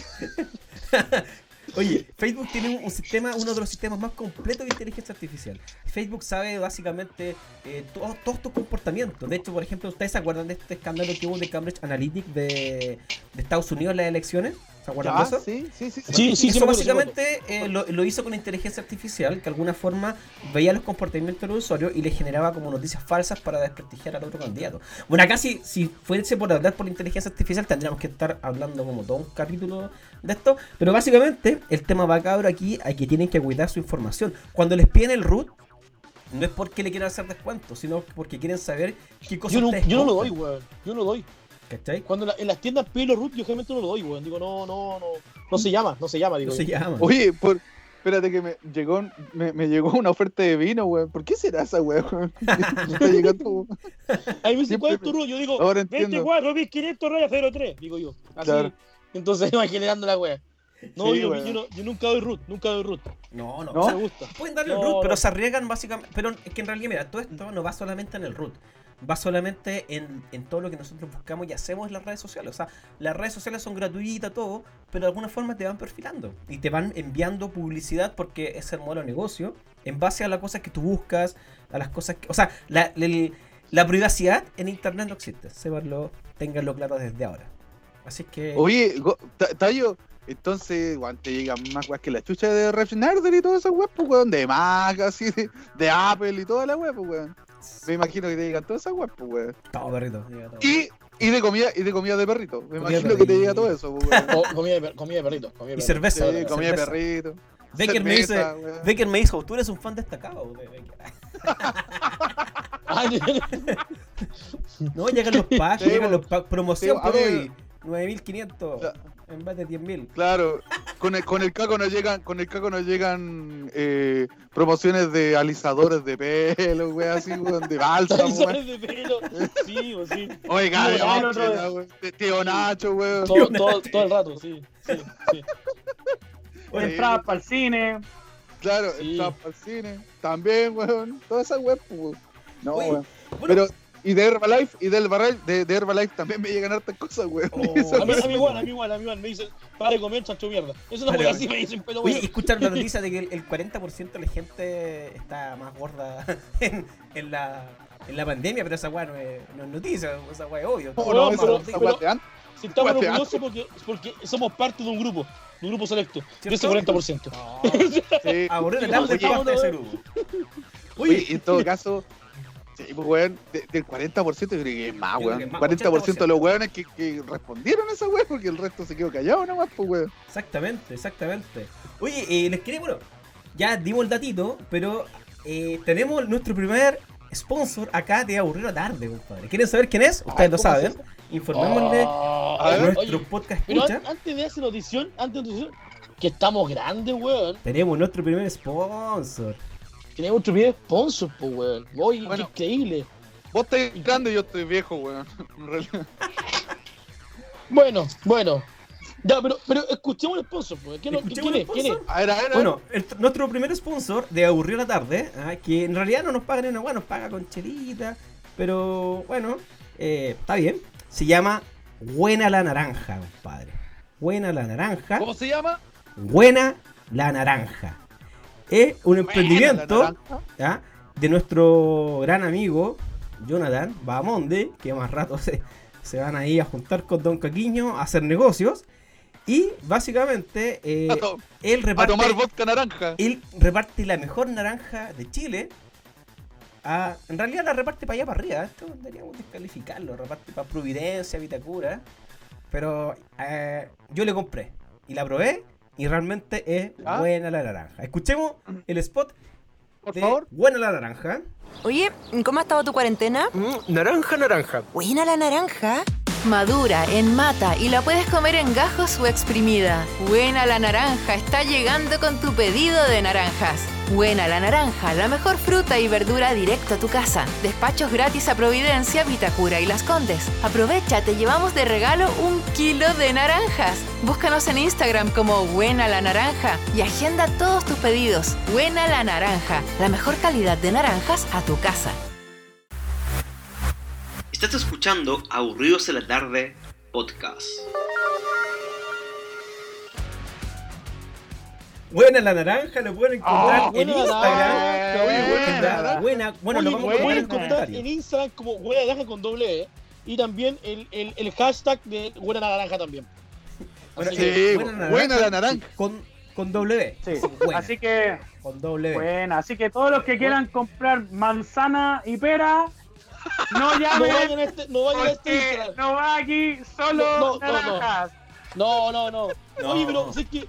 Oye, Facebook tiene un, un sistema, uno de los sistemas más completos de inteligencia artificial. Facebook sabe básicamente eh, to- todos tus comportamientos. De hecho, por ejemplo, ¿ustedes se acuerdan de este escándalo que hubo de Cambridge Analytica de, de Estados Unidos en las elecciones? ¿Se acuerdan ya, de eso? sí, sí, sí. Sí, sí, sí, Eso me acuerdo, sí, me acuerdo. básicamente eh, lo, lo hizo con inteligencia artificial que de alguna forma veía los comportamientos del usuario y le generaba como noticias falsas para desprestigiar al otro candidato. Bueno, acá si, si fuese por hablar por inteligencia artificial tendríamos que estar hablando como todo un capítulo de esto, pero básicamente el tema va cabro aquí a que tienen que cuidar su información. Cuando les piden el root, no es porque le quieran hacer descuento, sino porque quieren saber qué cosas Yo no, ustedes yo no lo doy, compran, weón. Yo no lo doy. ¿Cachai? Cuando la- en las tiendas pido los root, yo generalmente no lo doy, weón. Digo, no, no, no. No se llama, no se llama, digo. No yo. se llama. Oye, por, espérate que me llegó, un- me, me llegó una oferta de vino, weón. ¿Por qué será [LAUGHS] esa, weón? Me está llegando, weón. Ahí me dice, Siempre ¿cuál es me- tu root? Yo digo, Ahora entiendo. 24, 1500 rayas 03, digo yo. Así. Claro. Entonces [LAUGHS] va generando la wea. No, Sí, yo, weón. yo no- yo nunca doy root, nunca doy root. No, no. ¿No? No me gusta. Pueden darle el No, root, pero no. se arriesgan básicamente. Pero es que en realidad, mira, todo esto no va solamente en el root. Va solamente en, en todo lo que nosotros buscamos y hacemos en las redes sociales. O sea, las redes sociales son gratuitas, todo, pero de alguna forma te van perfilando y te van enviando publicidad porque es el modelo de negocio en base a las cosas que tú buscas, a las cosas que. O sea, la, el- la privacidad en internet no existe. Sépanlo, ténganlo claro desde ahora. Así que. Oye, go- Ta- Tayo, entonces, weón, te llegan más weas que la chucha de Refnerder y todas esas weas, pues, weón. De Mac, así, de, de Apple y toda la wea, pues, weón. Me imagino que te llegan todas esas weas, pues, weón. Todo perrito. diga todo. Y, y de comida, y de comida de perrito. Me Comida de imagino que te perrito. llega todo eso, pues, weón. [LAUGHS] Co- comida, de, per- comida de perrito. Comida de Y perrito. cerveza. Sí, comida de cerveza. perrito. Becker me dice. cerveza, weón. Becker me dijo, tú eres un fan destacado de Becker. Ah, No, llegan [LAUGHS] los packs, Sí, llegan bo. los packs. Promoción Sí, bo, por a ver. hoy, 9500 Ya. en vez de 100.000. Claro, con el, con el caco nos llegan, con el caco nos llegan eh, promociones de alisadores de pelo, weón, así, weón, de bálsamo, weón. Sabores de pelo. Sí, o [LAUGHS] sí. Oiga, Tío de Nacho, hombre, otra ya, weón. De tío Nacho, weón. Todo, todo, todo el rato, sí. sí, sí. Oye, Entradas para el cine. Claro, Sí. el trap al cine, también, weón. Todas esas weas, pues, weón. No, Oye, weón. bueno. Pero, y de Herbalife, y del Herbalife, de, de Herbalife también me llegan hartas cosas, weón. [LAUGHS] Oh. Esas A mí, weas. a mí igual, a mí igual, a mí igual. Me dicen, para de comer, chancho mierda. Eso no Vale, vale. puede así, me dicen, pero Oye, bueno. escucharon la noticia de que el, el 40% de la gente está más gorda [LAUGHS] en, en la, en la pandemia, pero esa weá no es, no es noticia, esa weá es obvio. No, Todos no, Weón, más pero gorditos. esas weas de antes. Si estamos Guate, ah. orgullosos porque, porque somos parte de un grupo, de un grupo selecto. De ese ¿Cierto? 40%. Sí. Aburrido de tarde Oye, parte de ese grupo. Oye, Oye, en todo caso, sí, pues, weón, de- del 40% yo creo que es más, Yo creo weón. que es más, 40% de los weones que, que respondieron a esa weón, porque el resto se quedó callado nomás, pues, weón. Exactamente, exactamente. Oye, eh, les quería, bueno, ya dimos el datito, pero eh, tenemos nuestro primer sponsor acá de Aburrida Tarde, compadre. ¿Quieren saber quién es? Ustedes Ay, lo ¿cómo saben. es eso? Informémosle Ah, a a ver, nuestro oye, podcast pero escucha. an- antes de hacer notición, antes de notición, que estamos grandes, weón. Tenemos nuestro primer sponsor. Tenemos nuestro primer sponsor, pues, weón. Oye, Bueno. qué increíble. Vos estás grande y yo estoy viejo, weón. [LAUGHS] En realidad. Bueno, bueno. Ya, pero, pero escuchemos el sponsor, pues. ¿Quién, ¿Escuchamos quién el es? ¿Quién es? sponsor? A ver, a ver, a ver. Bueno, el- nuestro primer sponsor de Aburrido la Tarde, ah, que en realidad no nos paga ni una weá, nos paga con chelita, pero bueno, eh, está bien. Se llama Buena la Naranja, compadre. Buena la Naranja. ¿Cómo se llama? Buena la Naranja. Es un emprendimiento ¿ah? de nuestro gran amigo Jonathan Bamonde, que más rato se, se van ahí a juntar con Don Caquiño a hacer negocios. Y básicamente eh, A, to- él a reparte tomar vodka naranja. él reparte la mejor naranja de Chile. a- en realidad la reparte para allá para arriba. ¿eh? Esto deberíamos descalificarlo. Reparte para Providencia, Vitacura. Pero eh, yo le compré y la probé. Y realmente es ¿Ah? buena la naranja. Escuchemos el spot Por de favor. Buena la naranja. Oye, ¿cómo ha estado tu cuarentena? Mm, naranja, naranja. Buena la naranja. Madura, en mata y la puedes comer en gajos o exprimida. Buena la naranja está llegando con tu pedido de naranjas. Buena la naranja, la mejor fruta y verdura directo a tu casa. Despachos gratis a Providencia, Vitacura y Las Condes. Aprovecha, te llevamos de regalo un kilo de naranjas. Búscanos en Instagram como Buena la Naranja y agenda todos tus pedidos. Buena la Naranja, la mejor calidad de naranjas a tu casa. Estás escuchando Aburridos en la Tarde Podcast. Buena la naranja, lo pueden encontrar Ah, en Buena la Instagram. Ah, Naranja, oye, Buena Buena, la buena, bueno, lo Oye, vamos a pueden poner en encontrar comentarios. en Instagram como Buena Naranja con doble E y también el, el, el hashtag de Buena Naranja también. Bueno, Así Sí, que- eh, buena, la naranja. Con, con W. Sí. Buena, Así que, con doble B. bueno, así que todos los que quieran comprar manzana y pera, [LAUGHS] no no llamen. vayan a este, no vayan a este Porque Instagram. no va aquí solo No, no, no, naranjas. No, no, no. No. Oye, pero sé que es-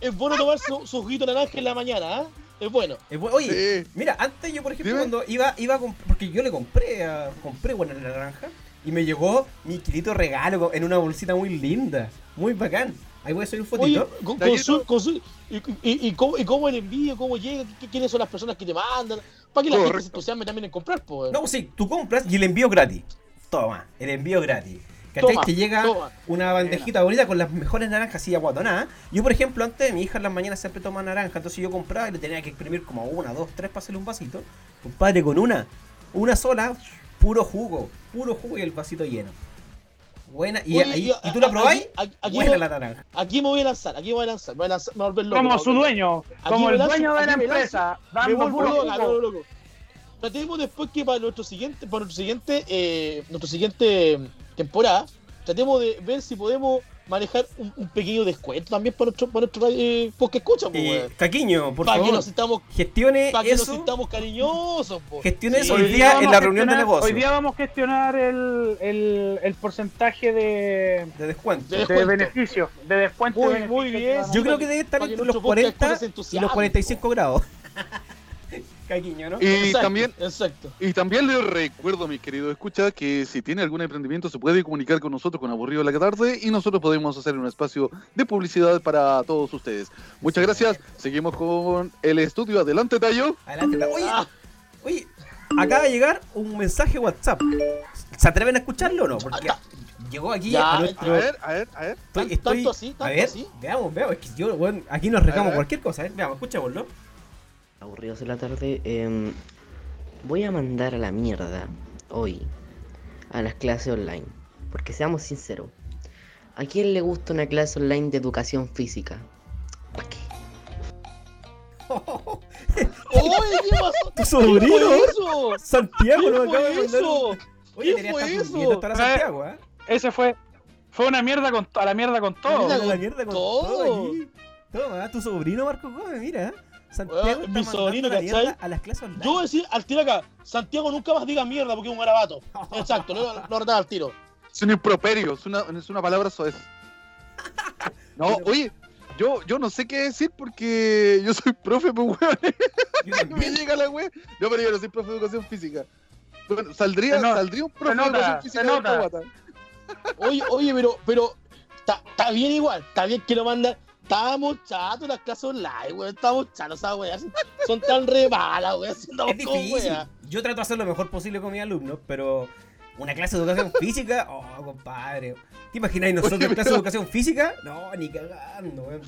es bueno tomar su, su juguito de naranja en la mañana, ¿ah? Es bueno. Es Eh, bu- Oye, Sí. Mira, antes yo, por ejemplo, Dime. cuando iba, iba a comp- porque yo le compré, a- compré buena la naranja y me llegó mi querido regalo co- en una bolsita muy linda, muy bacán. Ahí voy a subir un Oye, fotito. con, con Dayito. su- con su- y, y, y cómo, y cómo el envío, cómo llega, qué- quiénes son las personas que te mandan, para que la gente se Correcto. entusiasme también en comprar, pues. No, sí, tú compras y el envío gratis. Toma, el envío gratis. ¿Cachai? Toma, Te llega toma. una bandejita bonita con las mejores naranjas así aguatonadas. Yo, por ejemplo, antes mi hija en las mañanas siempre toma naranja, entonces yo compraba y le tenía que exprimir como una, dos, tres para hacerle un vasito. Compadre, con una, una sola, puro jugo, puro jugo y el vasito lleno. Buena, y, Oye, ahí- y a- y tú la a- probáis, aquí- aquí- aquí buena no- la naranja. Aquí me voy a lanzar, aquí me voy a lanzar, me voy a lanzar, me voy a volver loco, me Como voy a su volver loco. dueño, Aquí como me el lanzo, dueño de aquí la me empresa, Me dando vuelvo puro loco, me vuelvo jugo. loco. Tratemos después que para nuestro siguiente, para nuestro siguiente, eh, nuestro siguiente mm, temporada, tratemos de ver si podemos manejar un, un pequeño descuento también para nuestro, para nuestro eh, podcast escucha, pues, Eh, weón. Caquiño, por Para que favor, nos sintamos, gestione para que nos eso. sintamos cariñosos, pues. Gestione eso Hoy el día día vamos en a la reunión de gestionar- negocios. Hoy día vamos a gestionar el, el, el porcentaje de, De descuento. de descuento. beneficio, de descuento. Muy, de beneficio muy que bien. van a- Yo creo que debe estar Para que entre los nuestro podcast 40 se y entusiasme, los 45 [LAUGHS] grados. Caquiño, ¿no? Y Exacto, también Exacto. Y también les recuerdo, mis queridos escucha, que si tiene algún emprendimiento se puede comunicar con nosotros con Aburrido la Catarse y nosotros podemos hacer un espacio de publicidad para todos ustedes. Muchas gracias. Seguimos con el estudio. Adelante, Tayo. Adelante. Oye, Ah. oye, acaba de llegar un mensaje WhatsApp. ¿Se atreven a escucharlo o no? Porque llegó aquí Ya, eh, a A nuestro. ver, a ver, a ver. estoy- Tanto estoy- así, tanto a ver, así. veamos, veamos. Es que yo, weón, aquí nos A recamos ver. cualquier cosa, ¿eh? Veamos, escuchémoslo. Aburridos de la tarde, em, voy a mandar a la mierda hoy a las clases online. Porque seamos sinceros, ¿a quién le gusta una clase online de educación física? ¿Para qué? ¡Oye, qué pasó! ¡Tu sobrino! ¿Qué fue eso? Santiago pues, lo ¿Qué acaba de fue mandar. un- eso? Oye, ¿Qué tenía fue hasta eso? fulguito estar a A ver. Santiago, ¿eh? Ese fue, fue una mierda con, to- a la mierda con todo. Mierda. Mira la mierda con todo. todo aquí. Toma, ah, tu sobrino Marco Gómez, mira. ah. Santiago Weón, está mi mandando sobrino, la mierda ¿cachai? a las clases online. Yo voy a decir al tiro acá, Santiago nunca más diga mierda porque es un garabato. Exacto, lo, lo retaba al tiro. Es un improperio, es una, es una palabra soez. No, oye, Yo, yo no sé qué decir porque yo soy profe, pues, weón. Yo me [LAUGHS] también. llega la wea. No, pero yo no soy profe de educación física. Bueno, saldría, Se nota, saldría un profe se nota, de educación física se de nota. Ottawa, tal. Oye, oye, pero, pero, está está bien igual, está bien que lo mandan. Estábamos chatos las clases online, weón. Estábamos chatos esas weas. Son tan re malas, weón. si andamos Es con difícil. weas. Yo trato de hacer lo mejor posible con mis alumnos, pero una clase de [LAUGHS] educación física, oh, compadre. ¿Te imagináis nosotros Oye, en clase de pero- educación física? No, ni cagando, weón.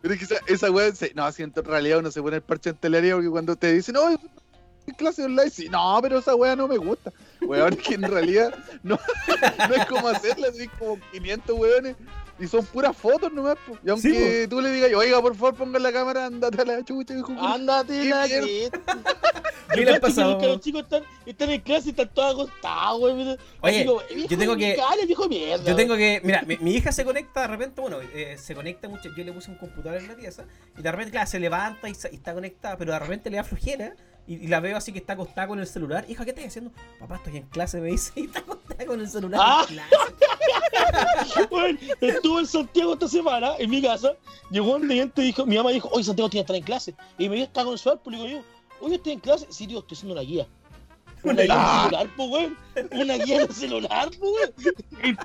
Pero es que esa, esa wea, se- no, siento en realidad uno se pone el parche en telería porque cuando te dicen, no, es clase online, sí, no, pero esa wea no me gusta. Weón, es que en realidad no, [LAUGHS] no es como hacerla, así como 500 weones. Y son puras fotos nomás, po. Y aunque Sí, tú le digas, oiga, por favor, pongan la cámara, andate a la chucha, hijo. Ándate, Qué la mierda. ¿Qué que. Yo le creo ha pasado? Que los chicos están, están en clase y están todos acostados, weón. Oye, Así como, "Eh, viejo, tengo que- cale, viejo mierda. Yo tengo que. Mira, mi, mi hija se conecta de repente, bueno, eh, se conecta mucho. Yo le puse un computador en la pieza y de repente, claro, se levanta y, se- y está conectada, pero de repente le da flojera y, y la veo así que está acostada con el celular. Hija, ¿qué estás haciendo? Papá, estoy en clase, me dice, [LAUGHS] y está acostada con el celular. Ah. en clase. [LAUGHS] Bueno, estuve en Santiago esta semana, en mi casa. Llegó un cliente y dijo, mi mamá dijo, hoy Santiago tiene que estar en clase. Y me dio está con su árbol, y digo yo, hoy estoy en clase. Sí, tío, estoy haciendo una guía. Una guía en el celular, pues, weón. Una guía en el celular, pues, weón.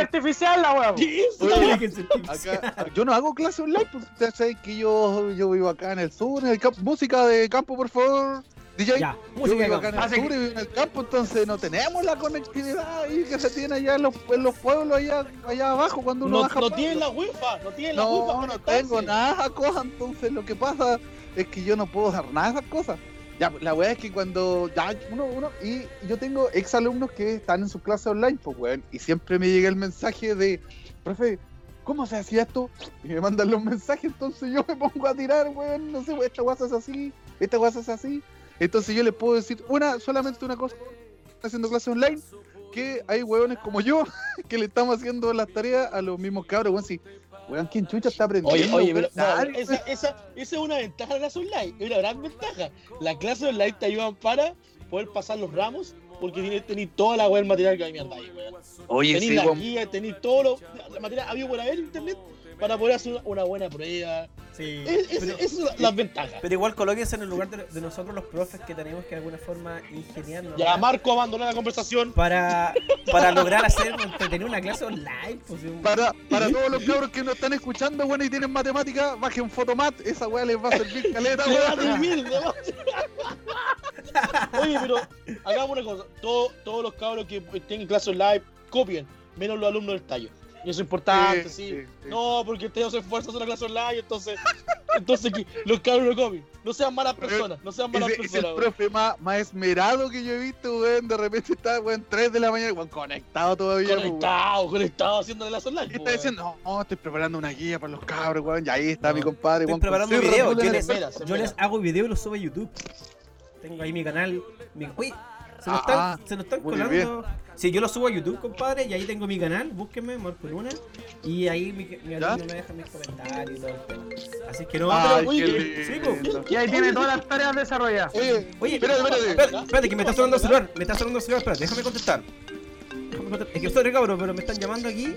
Oye. artificial, la weón. ¿Qué es Oye, esa weá? Fíjense, Acá, yo no hago clase online, pues ustedes saben que yo, yo vivo acá en el sur, en el campo. Música de campo, por favor, DJ. Ya, yo música de vivo acá en campo. el Así sur y vivo en el campo, entonces no tenemos la conectividad ahí que se tiene allá en los, en los pueblos, allá, allá abajo, cuando uno No, baja. no pa- tienen la wifa, no tienen la wifa. no, para no conectarse. tengo nada, cosa. Entonces lo que pasa es que yo no puedo dar nada de esas cosas. Ya, pues, la weá es que cuando. Ya, uno, uno. Y yo tengo ex alumnos que están en sus clases online, pues weón. Y siempre me llega el mensaje de, profe, ¿cómo se hacía esto? Y me mandan los mensajes, entonces yo me pongo a tirar, weón. No sé, weón, esta guasa es así, esta guasa es así. Entonces yo les puedo decir una, solamente una cosa. Haciendo clases online, que hay weones como yo [LAUGHS] que le estamos haciendo las tareas a los mismos cabros, weón. Si, weón, ¿quién chucha está aprendiendo? Oye, oye, pero weón? Dale, no, esa, esa, esa es una ventaja de la clase online, es una gran ventaja. Las clases online te ayudan para poder pasar los ramos, porque tienes tener toda la web el material que hay mierda ahí, weón. Oye, Tenéis sí, la weón. guía, tenéis todo lo, la materia había por haber en internet para poder hacer una, una buena prueba. Sí. Es- es- Pero- Esas son las- las ventajas. Pero igual colóquense en el lugar de, de nosotros los profes que tenemos que de alguna forma ingeniarnos Ya ¿verdad? Marco abandonó la conversación. para, para lograr hacer tener una clase online. Pues, sí. Para, para todos los cabros que nos están escuchando, weón, y tienen matemática, bajen Fotomat, esa weá les va a servir caleta, Le va a weón. servir, le va a- [LAUGHS] Oye, pero hagamos una cosa. Todo- todos los cabros que estén en clase online, copien, menos los alumnos del tallo. Y eso es importante, sí. No, porque el tallo se esfuerza en la clase online, entonces, entonces que los cabros no copien. No sean malas personas, no sean malas Ese- ese es personas. el weón. profe más, más esmerado que yo he visto, weón. De repente está, weón, 3 de la mañana, weón, conectado todavía, pues, weón. Conectado, conectado haciendo la clase online. Y po, está weón. diciendo, no, no, estoy preparando una guía para los cabros, weón. Y ahí está No. mi compadre, Estoy weón. preparando un con video. cerro, Yo les, culo, la- espera, se yo les espera. hago video y los subo a YouTube. Tengo ahí mi canal. Mi, uy, se lo están, Ah, se lo están muy colando. Sí, yo lo subo a YouTube, compadre, y ahí tengo mi canal. Búsquenme, Marco Luna. Y ahí mi, mi ¿Ya? Ah, alumno me deja mis comentarios y todo el tema. Así que no, Ay, pero. oye, qué sí, po. lindo. Y ahí tiene todas las tareas desarrolladas. Oye, Oye, espérate, espérate. Espérate, espérate, que me está sonando el celular. Me está sonando el celular, espérate, déjame contestar. Déjame contestar. Es que estoy cabrón, pero me están llamando aquí.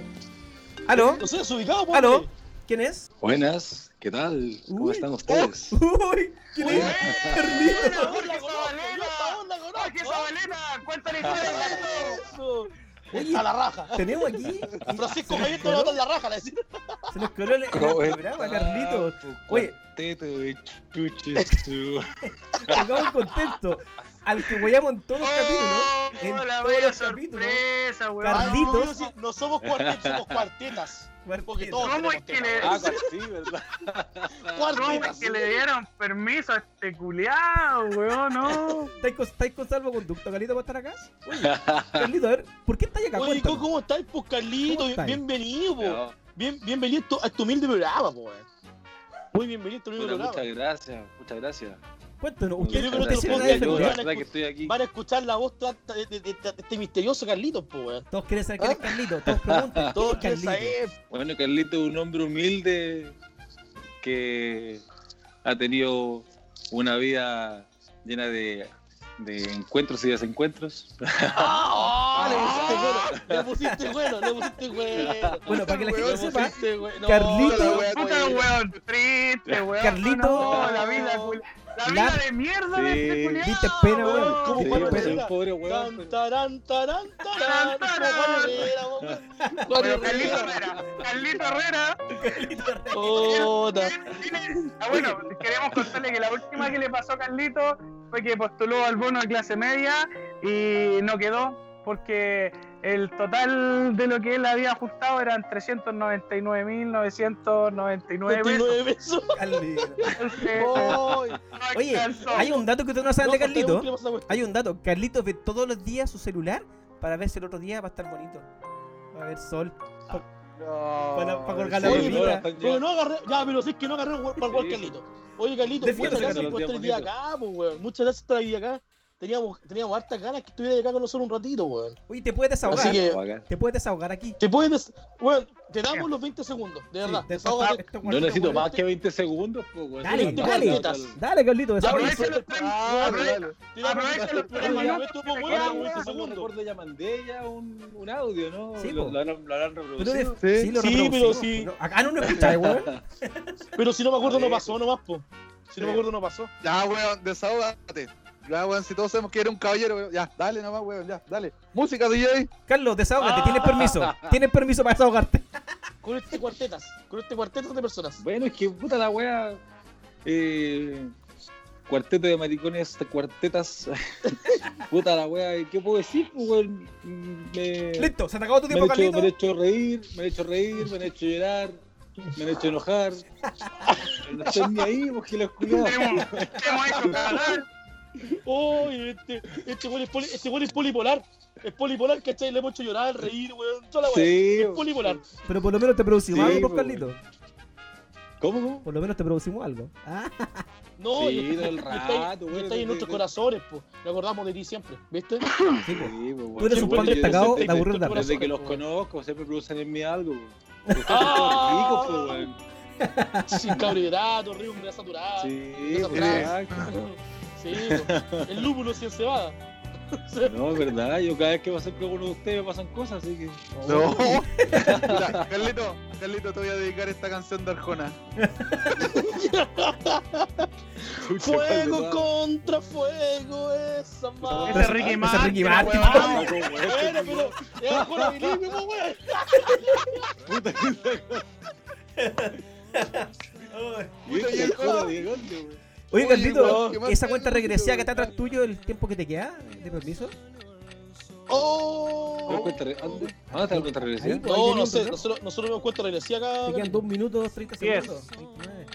¿Aló? No seas ubicado, po, ¿Aló? hombre. ¿Quién es? [LAUGHS] Buenas, ¿qué tal? ¿Cómo Uy. están ustedes? ¡Uy! ¿Quién es? Carlito. Esta voz la conozco, yo esta voz la ¡Ay, qué conozco. sabalena! ¡Cuéntale historia! Eso. Oye, A la raja. tenemos aquí. [LAUGHS] Francisco Javier te lo en la raja, le decía. Se nos coló el el ¿Cómo programa, Carlito. Oye. Cuarteto de chuches, tú. Tocamos contento. Al que huellamos en Eh, todos los ¡Oh, capítulos. En la todos bella los capítulos. sorpresa, Carlito. weón! Ah, no, no, sí, No somos cuartetos, somos cuartetas. Porque todos ¿Cómo tenemos es que le- tetas, weón. [LAUGHS] Ah, sí, ¿verdad? ¿Cómo es Cuartetas. que le dieron permiso a este culiao, weón? No. ¿Estáis con, estáis con salvoconducto, Carlito, para estar acá? Oye, Carlito, a ver, ¿por qué estáis acá? Oye, Cuéntanos. ¿cómo, ¿cómo estás, pues, Carlito? ¿Cómo estáis? Bienvenido, po. No, Bien, bienvenido a tu- a tu humilde programa, po. weón. Muy bienvenido a tu humilde puta, muchas programa. gracias, muchas gracias. Cuéntanos. Muchas ¿Ustedes Yo creo ustedes gracias que tienen por una defender. mi ayuda, la enfermedad? verdad que estoy aquí. Van a escuchar la voz tan- tan- de, de- de- de este misterioso Carlitos, po, weón. Todos quieren saber quién es Carlito. Todos preguntan. Todos ¿quién quieren es Carlito? saber. Bueno, Carlito es un hombre humilde que ha tenido una vida llena de, de encuentros y desencuentros. ¡Ah! Ah, le pusiste bueno, le pusiste bueno, le pusiste bueno. Bueno, para que la Weón, gente sí. Le sepa, pusiste bueno. No, Carlito- la wea Puta buena. weón, triste, weón. Carlito. No, la vida, cul- la vida La- de mierda Sí. de este culiao. Viste pena, weón. Weón, ¿cómo Sí, Juan pero- pero Valera? un pobre weón. Tan, tarán, tarán, Tan, tarán, como Juan tarán. Valera, weón. Juan Pero Carlito Valera. Herrera, Carlito Herrera. Puta. Ah, bueno, queremos contarle que la última que le pasó a Carlito fue que postuló al bono de clase media y no quedó porque el total de lo que él había ajustado eran 399.999 pesos. 29 besos. [LAUGHS] Carlito. Entonces, Ay, no Oye, alcanzó. hay un dato que ustedes no saben no, de hasta Carlito. tenemos que pasar la cuestión. Hay un dato, Carlitos ve todos los días su celular para ver si el otro día va a estar bonito. Va a haber sol. Para- para colgar la Oye, bobina. mira, pero no agarré, ya, pero si es que no agarré para jugar Sí. Carlito. Oye, Carlito, Defiéndete, muchas gracias Carlos, por estar el Dios día bonito. acá, pues, weón. Muchas gracias por estar hoy acá. Teníamos, teníamos hartas ganas que estuviera acá con nosotros un ratito, weón. Oye, te puedes desahogar. Así que, Te puedes desahogar aquí. te puedes. des- Weón, te damos los 20 segundos, de verdad. Sí, te- desahógate. esto- No necesito esto- más que 20 segundos, pues, weón. Dale, Sí, dale. dale. Dale, Carlitos, Ya, desahógate. aprovecha los tres- Ah, aprovecha- Te damos aprovecha los los 20 tres segundos, minutos estuvo que bueno, quedan, los 20 weón. segundos. Recuerdo, ya mandé ya un, un audio, ¿no? Sí, lo, po. lo habrán- lo habrán Pero reproducido. de- sí, lo Sí, pero reproducimos. sí. No, acá no nos escucháis, weón. [LAUGHS] Pero si no me acuerdo, no Está bien. pasó nomás, po. Si no me acuerdo, no pasó. Ya, weón, desahógate. Ya, weón, si todos sabemos que era un caballero, weón. Ya, dale nomás, weón, ya, dale. Música, DJ. Carlos, desahógate, tienes [LAUGHS] permiso. Tienes permiso para desahogarte. Con este cuartetas, con este cuartetas de personas. Bueno, es que puta la wea. Eh, cuarteto de maricones, cuartetas. [LAUGHS] puta la wea. ¿Qué puedo decir? pues, weón? Me, Listo, se te acabó tu me, han tiempo, hecho, me Carlitos. han hecho reír, me han hecho reír, me han hecho llorar, me han hecho enojar. No estoy ni ahí, porque los culiados. [LAUGHS] Hemos- hemos hecho cagar. ¡Oh! Este, este weón es, poli- este weón es polipolar. Es polipolar, ¿cachai? Le hemos hecho llorar, reír, weón. Toda la weón. Sí, Es polipolar. Pero por lo menos te producimos Sí, algo, po, por Carlitos. ¿Cómo, cómo? Por lo menos te producimos algo. Ah, No, Sí, y, todo el y está ahí- rato, y weón. está ahí en nuestros corazones, po. Nos acordamos de ti siempre, ¿viste? sí, po. [LAUGHS] Sí, pues, Tú eres Sí, un bueno, pan yo- destacado yo- de aburrir yo- tarde. Desde que los Corazón, conozco, siempre producen en mí algo. weón. Ah. Ricos, pues, weón. Sin carbohidratos, río, grasa saturada. Sí, Sí, Esa pues, frase. exacto. po. El lúpulo sin cebada. No, es verdad, yo cada vez que paso con uno de ustedes me pasan cosas, así que. Oh, No. Oh. [LAUGHS] Mira, Carlito, Carlito, te voy a dedicar esta canción de Arjona. [LAUGHS] Chucha, Fuego weón. contra fuego, esa madre. Ese es Ricky Ese es Ricky Martin. Martin. weón. Paco, weón, Bueno, pero. Es Arjona Bilingüe, po, weón. puta que Puta, y se- el Arjona, juego. ¿de dónde, weón? Oye, Oye, Carlito, weón, ¿qué más esa te cuenta han regresiva dicho? que está atrás tuyo, el tiempo que te queda, de permiso. ¿Cuál ¡Oh! cuenta re- ¿Dónde dónde está la cuenta regresiva? Ahí, pues, ahí No, no tenés, sé, ¿no? nosotros, nosotros nos cuenta regresiva acá. Te quedan 2 minutos 30 Diez. segundos. 29.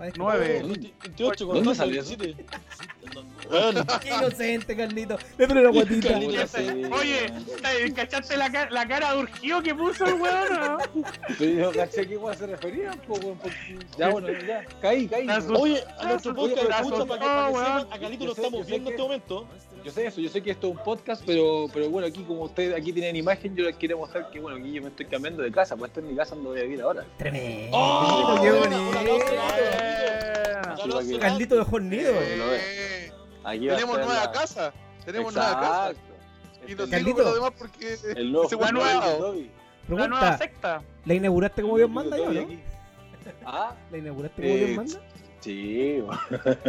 Va a descansar. Nueve. 28, ¿Dónde contando, salió eso? 27. Bueno, Oh, Qué inocente, Carlito. Le pone la guatita. Carlito. Puta, sí, Oye, ¿cachaste la, ca- la cara de urgido que puso el weón? no? Pero yo caché que igual se refería, po, weón, porque- Ya, bueno, ya, caí, caí. Las- weón. Oye, a nuestro Oye, este podcast corazón. escucha para que, para que No, sepan, weón. a Carlito Yo lo sé, estamos yo sé viendo en que- este momento. Yo sé eso, yo sé que esto es un podcast, pero, pero bueno, aquí como ustedes aquí tienen imagen, yo les quería mostrar que bueno, aquí yo me estoy cambiando de casa, pues esta es mi casa donde voy a vivir ahora. Tremendo. ¡Oh! qué Hola, hola, bonito. Eh, Ya lo hace Carlito dejó el nido. Eh, lo Eh, Aquí va a tenemos estar nueva la- casa. Tenemos nueva casa. Exacto. Y Este no es tengo Carlito. con lo demás porque. el nuevo se juego vuelve de nuevo. Dobby. La nueva Pregunta, secta. ¿la inauguraste como Dios manda yo, Dobby no? aquí. [LAUGHS] Ah, ¿La inauguraste como Dios Eh, manda? sí. [LAUGHS]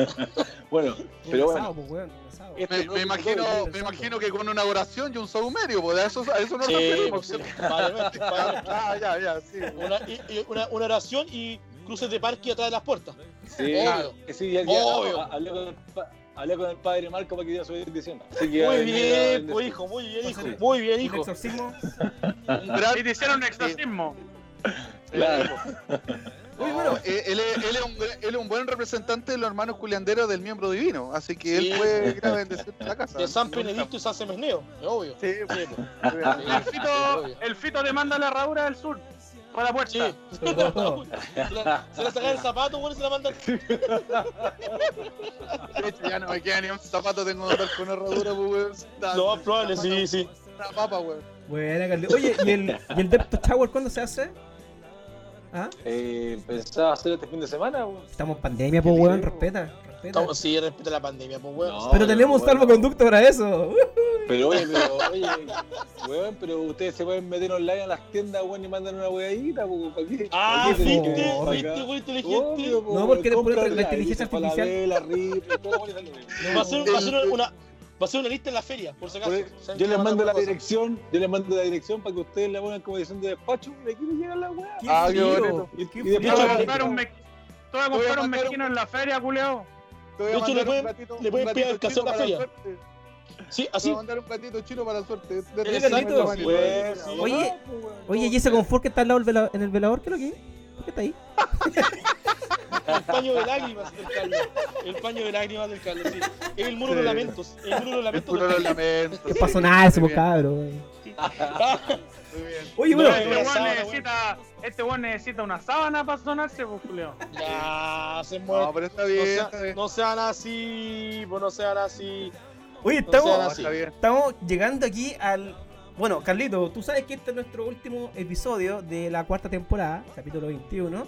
bueno, Un pero asado, bueno. pues, weón, un asado. este Me, nuevo me imagino, Dobby, me imagino que con una oración y un saumerio, pues a eso, a eso no Sí, nos referimos. pues, vale, vale, vale. Ah, ya, ya, sí. Una, y- y una, una oración y cruces de parque atrás de las puertas. Sí, Obvio. que sí, ya, ya, Obvio. ha- hablé, con el, pa- hablé con el padre Marco para que diera su bendición. Así que ya Muy venía la bien, bendición. pues, hijo, muy bien, hijo. Pásale. Muy bien, Un hijo. exorcismo. [LAUGHS] Ah, Un gran- Y te hicieron un exorcismo. Claro. Oye, bueno, Eh, él, es- él es un, gran- él es un buen representante de los hermanos culianderos del miembro divino, así que Sí. él fue gran bendecir la casa. De San Benedicto y San Semeneo, es obvio. Sí, Sí, pues. El Ah, fito, el fito te manda la herradura del sur. Por la Sí. puerta. sobre todo. Se la, se la saca el zapato, bueno, se la manda. de hecho, ya no me queda ni un zapato, tengo que andar con herradura, pues, weón. Está- Lo más probable, sí, sí. Una papa, weón. Buena, Carlito. Oye, ¿y el, ¿y el Depto Tower cuándo se hace? ¿Ah? Eh, pensaba hacer este fin de semana. weón. Estamos en pandemia, pues, weón, respeta. respeta. Estamos- Sí, respeta la pandemia, pues, weón. No, Pero tenemos un weón. salvoconducto para eso. Pero oye, pero oye, weón, pero ustedes se pueden meter online a las tiendas, weón, y mandan una weadita, po, ¿para qué? Ah, ¿Para qué viste, tenemos que no, acá? viste, güey, Obvio, inteligente. po, Oh, No, porque le compra ponen la online, inteligencia dice, para la vela, rifle, todo, weón, y sale. [LAUGHS] Va a ser, va a ser una, va a ser una lista en la feria, por si acaso. ¿Saben Yo qué? les mando la Cosa. dirección, yo les mando la dirección para que ustedes la pongan como dirección de despacho, y aquí les llega la weá. ¡Qué Ah, qué frío! bonito. ¡Qué Y frío! después Te voy a Yo- comprar un, mez- te voy a mandar comprar un un- mezquino en la feria, culeado. Te voy De hecho, mandar un le pueden- platito- le pueden un pegar platito cazón chino a la para feria. suerte. Sí, Te voy así. a mandar un platito chino para la suerte. De- de- Oye, de- Carlitos, de- de- de- Weón, Oye, Pues, sí, oye, po, weón. Oye, ¿y ese confort que está al lado del vela- en el velador? ¿Qué es lo que es? ¿Por qué está ahí? El paño de lágrimas del Carlos. El paño de lágrimas del Carlos, sí. Es el muro de los lamentos. Es el muro de El los lamentos. puro los lamentos. No pasó nada, ese Muy bien, cabrón. Ah, muy bien. Oye, No, bueno, eh, Este una weón sábana, necesita, este weón necesita una sábana para sonarse, pues, culeado. Ya, se No, muere. pero está No, bien, sea- está bien. no sean así, pues no sean así. oye, no estamos, sean No, así. está bien. estamos llegando aquí al. Bueno, Carlito, tú sabes que este es nuestro último episodio de la cuarta temporada, capítulo 21.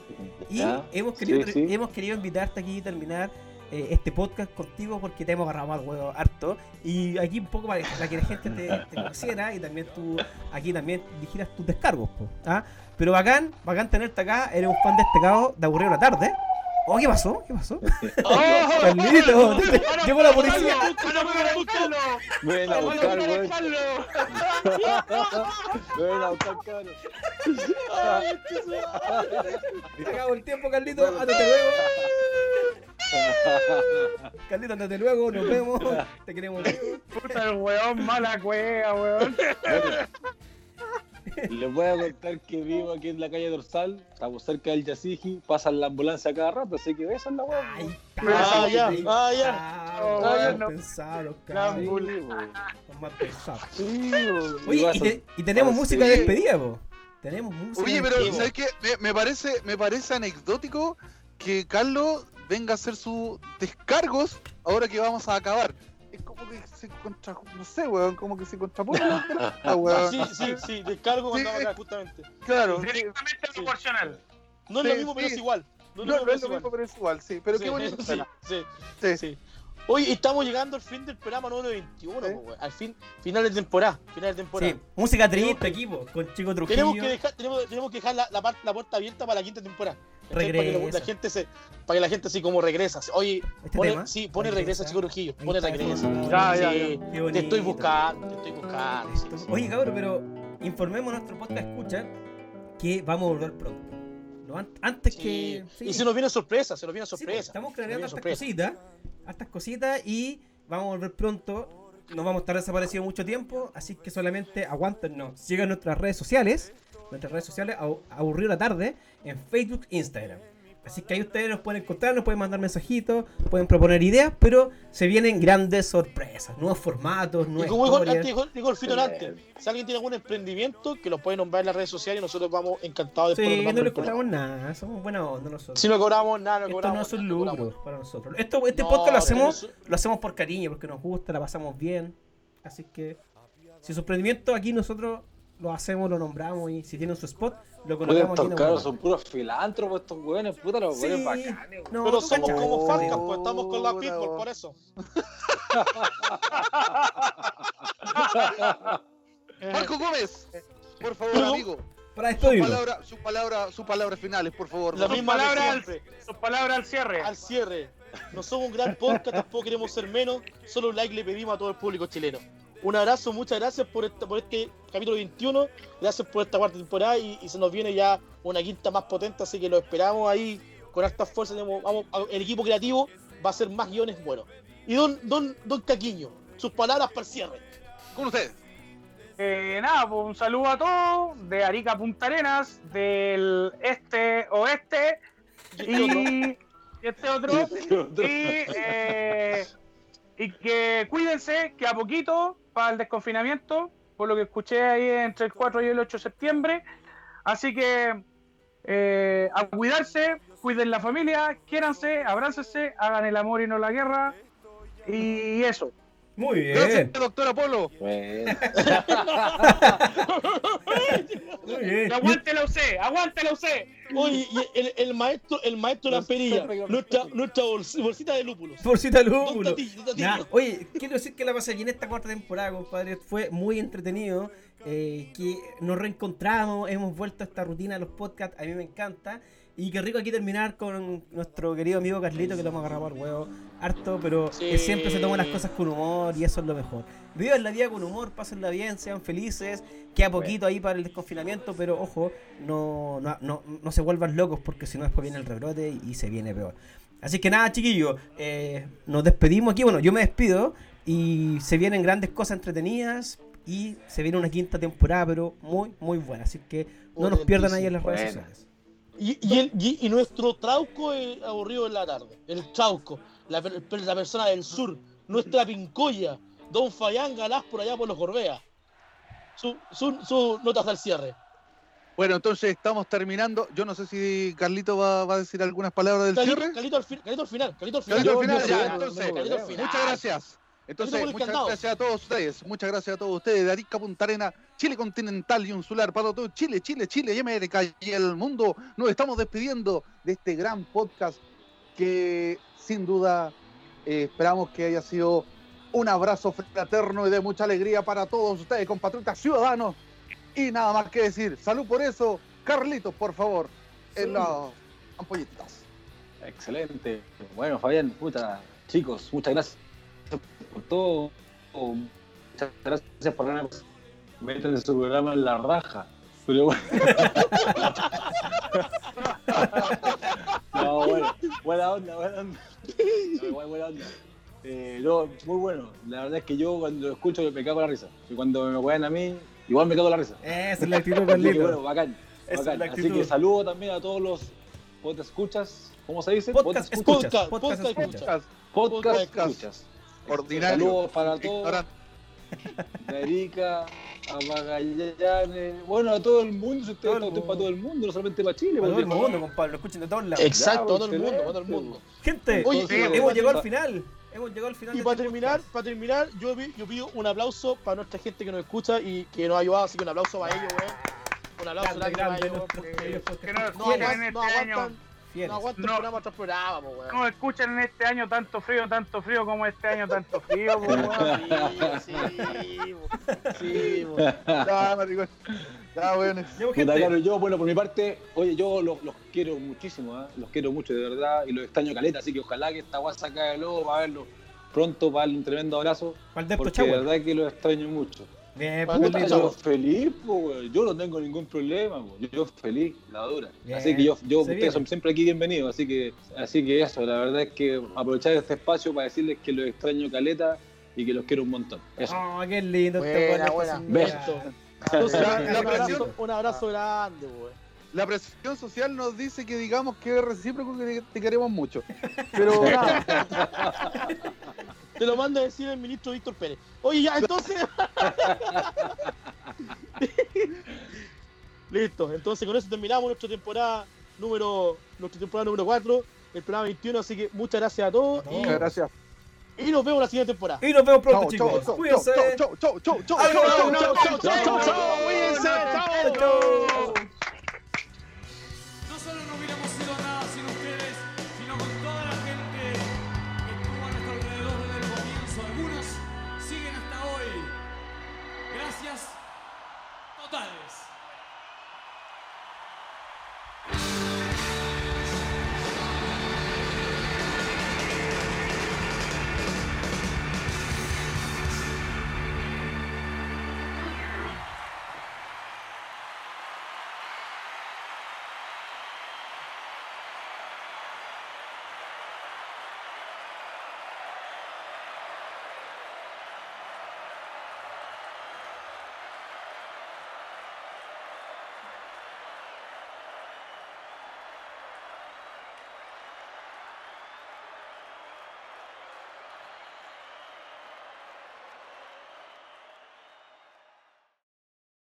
Y Ya, hemos querido, sí, sí. hemos querido invitarte aquí y terminar eh, este podcast contigo porque te hemos agarrado al huevo harto. Y aquí un poco para que, para que la gente te, te conociera y también tú, aquí también dijeras tus descargos. po, ¿ah? Pero bacán, bacán tenerte acá. Eres un fan destacado de aburrido la tarde. Oh, ¿qué pasó? ¿Qué pasó? Carlito, llegó la policía. ¡Van a buscar al Carlos! Me ven a ¡Van a buscar, buscar al weón. [LAUGHS] Carlos! Me ven a buscar, cabrón. [LAUGHS] Se acabó el tiempo, Carlito. Ándate luego. Carlito, ándate luego. Nos vemos. Te queremos. Puta el weón, mala cueva, weón. Les voy a contar que vivo aquí en la calle Dorsal, estamos cerca del Yasiji, pasan la ambulancia cada rato, así que besan la pues, weá. Ay, Ah, ya, cabrón. ah, ya. Cabrón, Ah, ya, mal no. pensados, Sí, cabrón. Ah, weón. Son mal pensados. Sí, weón. Oye, vas y, a- te- y tenemos ah, música de sí. despedida, po. Tenemos música. Oye, de pero despedida. ¿sabes qué? Me, me parece, me parece anecdótico que Carlos venga a hacer sus descargos ahora que vamos a acabar. Es como que se contra... No sé, weón, como que se contrapone [LAUGHS] la otra, weón. Sí, sí, sí, descargo cuando Sí. estaba acá, justamente. claro. Directamente proporcional. No es Sí, lo mismo, pero sí. es igual. No, no es lo mismo, pero es igual, sí. Pero Sí, qué bonito sí, suena. sí, Sí. sí. Hoy estamos llegando al fin del programa número 21, Sí. po, weón. al fin, final de temporada, final de temporada. Sí, música triste, equipo. Con Chico Trujillo. Tenemos que dejar, tenemos, tenemos que dejar la, la, par- la puerta abierta para la quinta temporada. ¿cachai? Para que la, Regresa. la gente se, para que la gente así como regresa. así, Oye, Este pone, tema. sí, pone regresa, Chico Rujillo, Ahí pone está, regresa. sí. Ya, ya, Sí, Qué Te bonito. estoy buscando, te estoy buscando. sí, sí. Oye, cabrón, pero informemos a nuestro podcast escucha que vamos a volver pronto. Lo an- antes Sí. que. Y se nos viene sorpresa, se nos viene Sí, pues, sorpresa. Estamos se nos viene creando estas sorpresa. cositas, estas cositas y vamos a volver pronto. No vamos a estar desaparecidos mucho tiempo, así que solamente aguántenos. Sigan nuestras redes sociales, nuestras redes sociales Abu- aburrido la tarde en Facebook, Instagram. Así que ahí ustedes nos pueden encontrar, nos pueden mandar mensajitos, pueden proponer ideas, pero se vienen grandes sorpresas, nuevos formatos, Y nuevas como dijo, antes historias. dijo, dijo el Fito antes, si alguien tiene algún emprendimiento, que lo puede nombrar en las redes sociales y nosotros vamos encantados de Sí, ponerlo no en le el programa. cobramos nada, somos buena onda nosotros. Si no cobramos nada, no Esto cobramos. no es un no cobramos. lucro para nosotros. Esto, este No, podcast lo tenemos- hacemos, lo hacemos por cariño, porque nos gusta, la pasamos bien. Así que, si su emprendimiento aquí nosotros lo hacemos, lo nombramos y si tienen su spot, lo Pueden colocamos aquí en tocar, la son puros filántropos estos weones, puta los Sí. weones bacanes. [LAUGHS] No, Pero tú somos cachai. como Falcas, Oh, pues estamos con la people, bravo. por eso. Marco Gómez, por favor, amigo. Para Sus despedirnos. palabras, sus palabras, sus palabras finales, por favor. La Marco. misma de palabras al- siempre. Sus palabras al cierre. Al cierre. No somos un gran podcast, tampoco queremos ser menos. Solo un like le pedimos a todo el público chileno. Un abrazo, muchas gracias por, esta- por este capítulo 21. Gracias por esta cuarta temporada y, y se nos viene ya una quinta más potente, así que lo esperamos ahí con harta fuerza. Tenemos- vamos, a- el equipo creativo va a hacer más guiones buenos. Y don, don, don Caquiño, sus palabras para el cierre. Con ustedes. Eh, nada, pues un saludo a todos de Arica a Punta Arenas, del este oeste Y [LAUGHS] este otro. y y este otro. Y, eh, y que cuídense, que a poquito para el desconfinamiento, por lo que escuché ahí entre el 4 y el 8 de septiembre. Así que eh, a cuidarse, cuiden la familia, quiéranse, abrácense, hagan el amor y no la guerra. Y eso. Muy bien. Gracias, doctor Apolo. Bueno. Muy bien. Y aguante la UC, aguante la UC. Oye, y el, el maestro, el maestro de la perilla, nuestra, nuestra bols- bolsita de lúpulos. Porcita al Don lúpulo. Tatillo, Don Nah, Tatillo. oye, quiero decir que la pasé bien esta cuarta temporada, compadre. Fue muy entretenido. eh, que nos reencontramos, hemos vuelto a esta rutina de los podcasts. A mí me encanta. Y qué rico aquí terminar con nuestro querido amigo Carlito, que lo hemos agarrado al huevo harto, pero Sí. que siempre se toman las cosas con humor y eso es lo mejor. Vivan la vida con humor, pásenla bien, sean felices. Queda poquito ahí para el desconfinamiento, pero ojo, no, no, no, no se vuelvan locos porque si no después viene el rebrote y, y se viene peor. Así que nada, chiquillos, eh, nos despedimos aquí. Bueno, yo me despido y se vienen grandes cosas entretenidas y se viene una quinta temporada, pero muy, muy buena. Así que no nos pierdan ahí en las redes Buena. sociales. Y, y, el- y- y nuestro trauco eh, aburrido en la tarde. El trauco, la, per- per- la persona del sur, nuestra pincoya, Don Fayán Galás por allá por los Gorbea. Sus su, su notas al cierre. Bueno, entonces estamos terminando. Yo no sé si Carlito va, va a decir algunas palabras del Calito, cierre. Calito al, fi- Calito al final, Calito al final. Calito Yo- al final, yo- ya, yo- entonces. yo- Calito al final. Muchas gracias. Calito Entonces, por el muchas candado. gracias a todos ustedes. Muchas gracias a todos ustedes. De Arica, Punta Arena, Chile continental y insular para todo Chile, Chile, Chile, y MRK y el mundo. Nos estamos despidiendo de este gran podcast que sin duda eh, esperamos que haya sido un abrazo fraterno y de mucha alegría para todos ustedes, compatriotas ciudadanos. Y nada más que decir, salud por eso. Carlitos, por favor, en las ampolletas. Excelente. Bueno, Fabián, puta, chicos, muchas gracias por todo. Muchas gracias por ganar. Métanse en su programa en la raja. Pero bueno. no, bueno, buena onda, buena onda. No, igual buena onda. Eh, no, muy bueno. La verdad es que yo cuando lo escucho me cago en la risa. Y cuando me juegan a mí, igual me cago en la risa. Esa es la actitud, Así que, bueno, Carlito. bacán. Esa es bacán. la Así que actitud. saludo también a todos los podcast escuchas. ¿Cómo se dice? Podcast Podescuchas. escuchas. Podcast, Podcast podcast escuchas. Podcast, Podcast. escuchas. Ordinario. Saludos para todos. Ignorante. De Arica, a Magallanes. Bueno, a todo el mundo. Si Todo el ustedes están para mundo. todo el mundo, no solamente para Chile. pues, Para todo porque- el mundo, compadre. Lo escuchen de todos lados. Exacto, a todo el mundo, excelente. a todo el mundo. Gente, Oye, Entonces, sí, hemos para- llegado al final. Hemos llegado al final. Y de para este terminar, podcast. para terminar, yo, pi- yo pido un aplauso para nuestra gente que nos escucha y que nos ha ayudado, así que un aplauso para ellos, weón. Un aplauso Grande, grande, grande, para ellos, nuestros queridos podcast. que no weón. No Fieles aguantan, en no este aguantan, año. no Fieles. aguantan No. programa tras programa, po, weón. No escuchan en este año tanto frío, tanto frío como este año tanto frío. po, weón. Sí, sí, po. sí, po. Ya, maricón. Ya, weones. Ya, pues, Puta, gente. claro, yo, bueno, por mi parte, oye, yo los, los quiero muchísimo, ¿ah? los quiero mucho, de verdad, y los extraño caleta, así que ojalá que esta guasa caiga de lobo para verlo pronto, para darle un tremendo abrazo, Para el Depto porque de Chagua. verdad que los extraño mucho. Bien, Para puta. el Puta, Chagua. yo feliz, po, güey. yo no tengo ningún problema, po. yo, yo feliz, la dura. Bien, así que yo, se yo ustedes viene. son siempre aquí bienvenidos, así que, así que eso, la verdad es que aprovechar este espacio para decirles que los extraño caleta y que los quiero un montón. Eso. Oh, qué lindo. Buena, este podcast, buena. sin Beso. duda. Entonces, La- un la abrazo- presión- un abrazo grande, weón. La presión social nos dice que digamos que es recíproco que te- te queremos mucho. Pero nada, Te lo manda a decir el ministro Víctor Pérez. Oye, ya, entonces. [LAUGHS] Listo, entonces con eso terminamos nuestra temporada número nuestra temporada número 4, el programa 21, así que muchas gracias a todos y, muchas gracias. y nos vemos la siguiente temporada. Y nos vemos pronto, Chau, chau, chicos. chau, Cuídense. chau, chau, chau, chau, chau, Adiós, chau, no, chau, chau, chau, chau, chau. Cuídense, chao. Chau. No solo no hubiéramos sido nada sin ustedes, sino con toda la gente que estuvo a nuestro alrededor desde el comienzo. Algunos siguen hasta hoy. Gracias totales.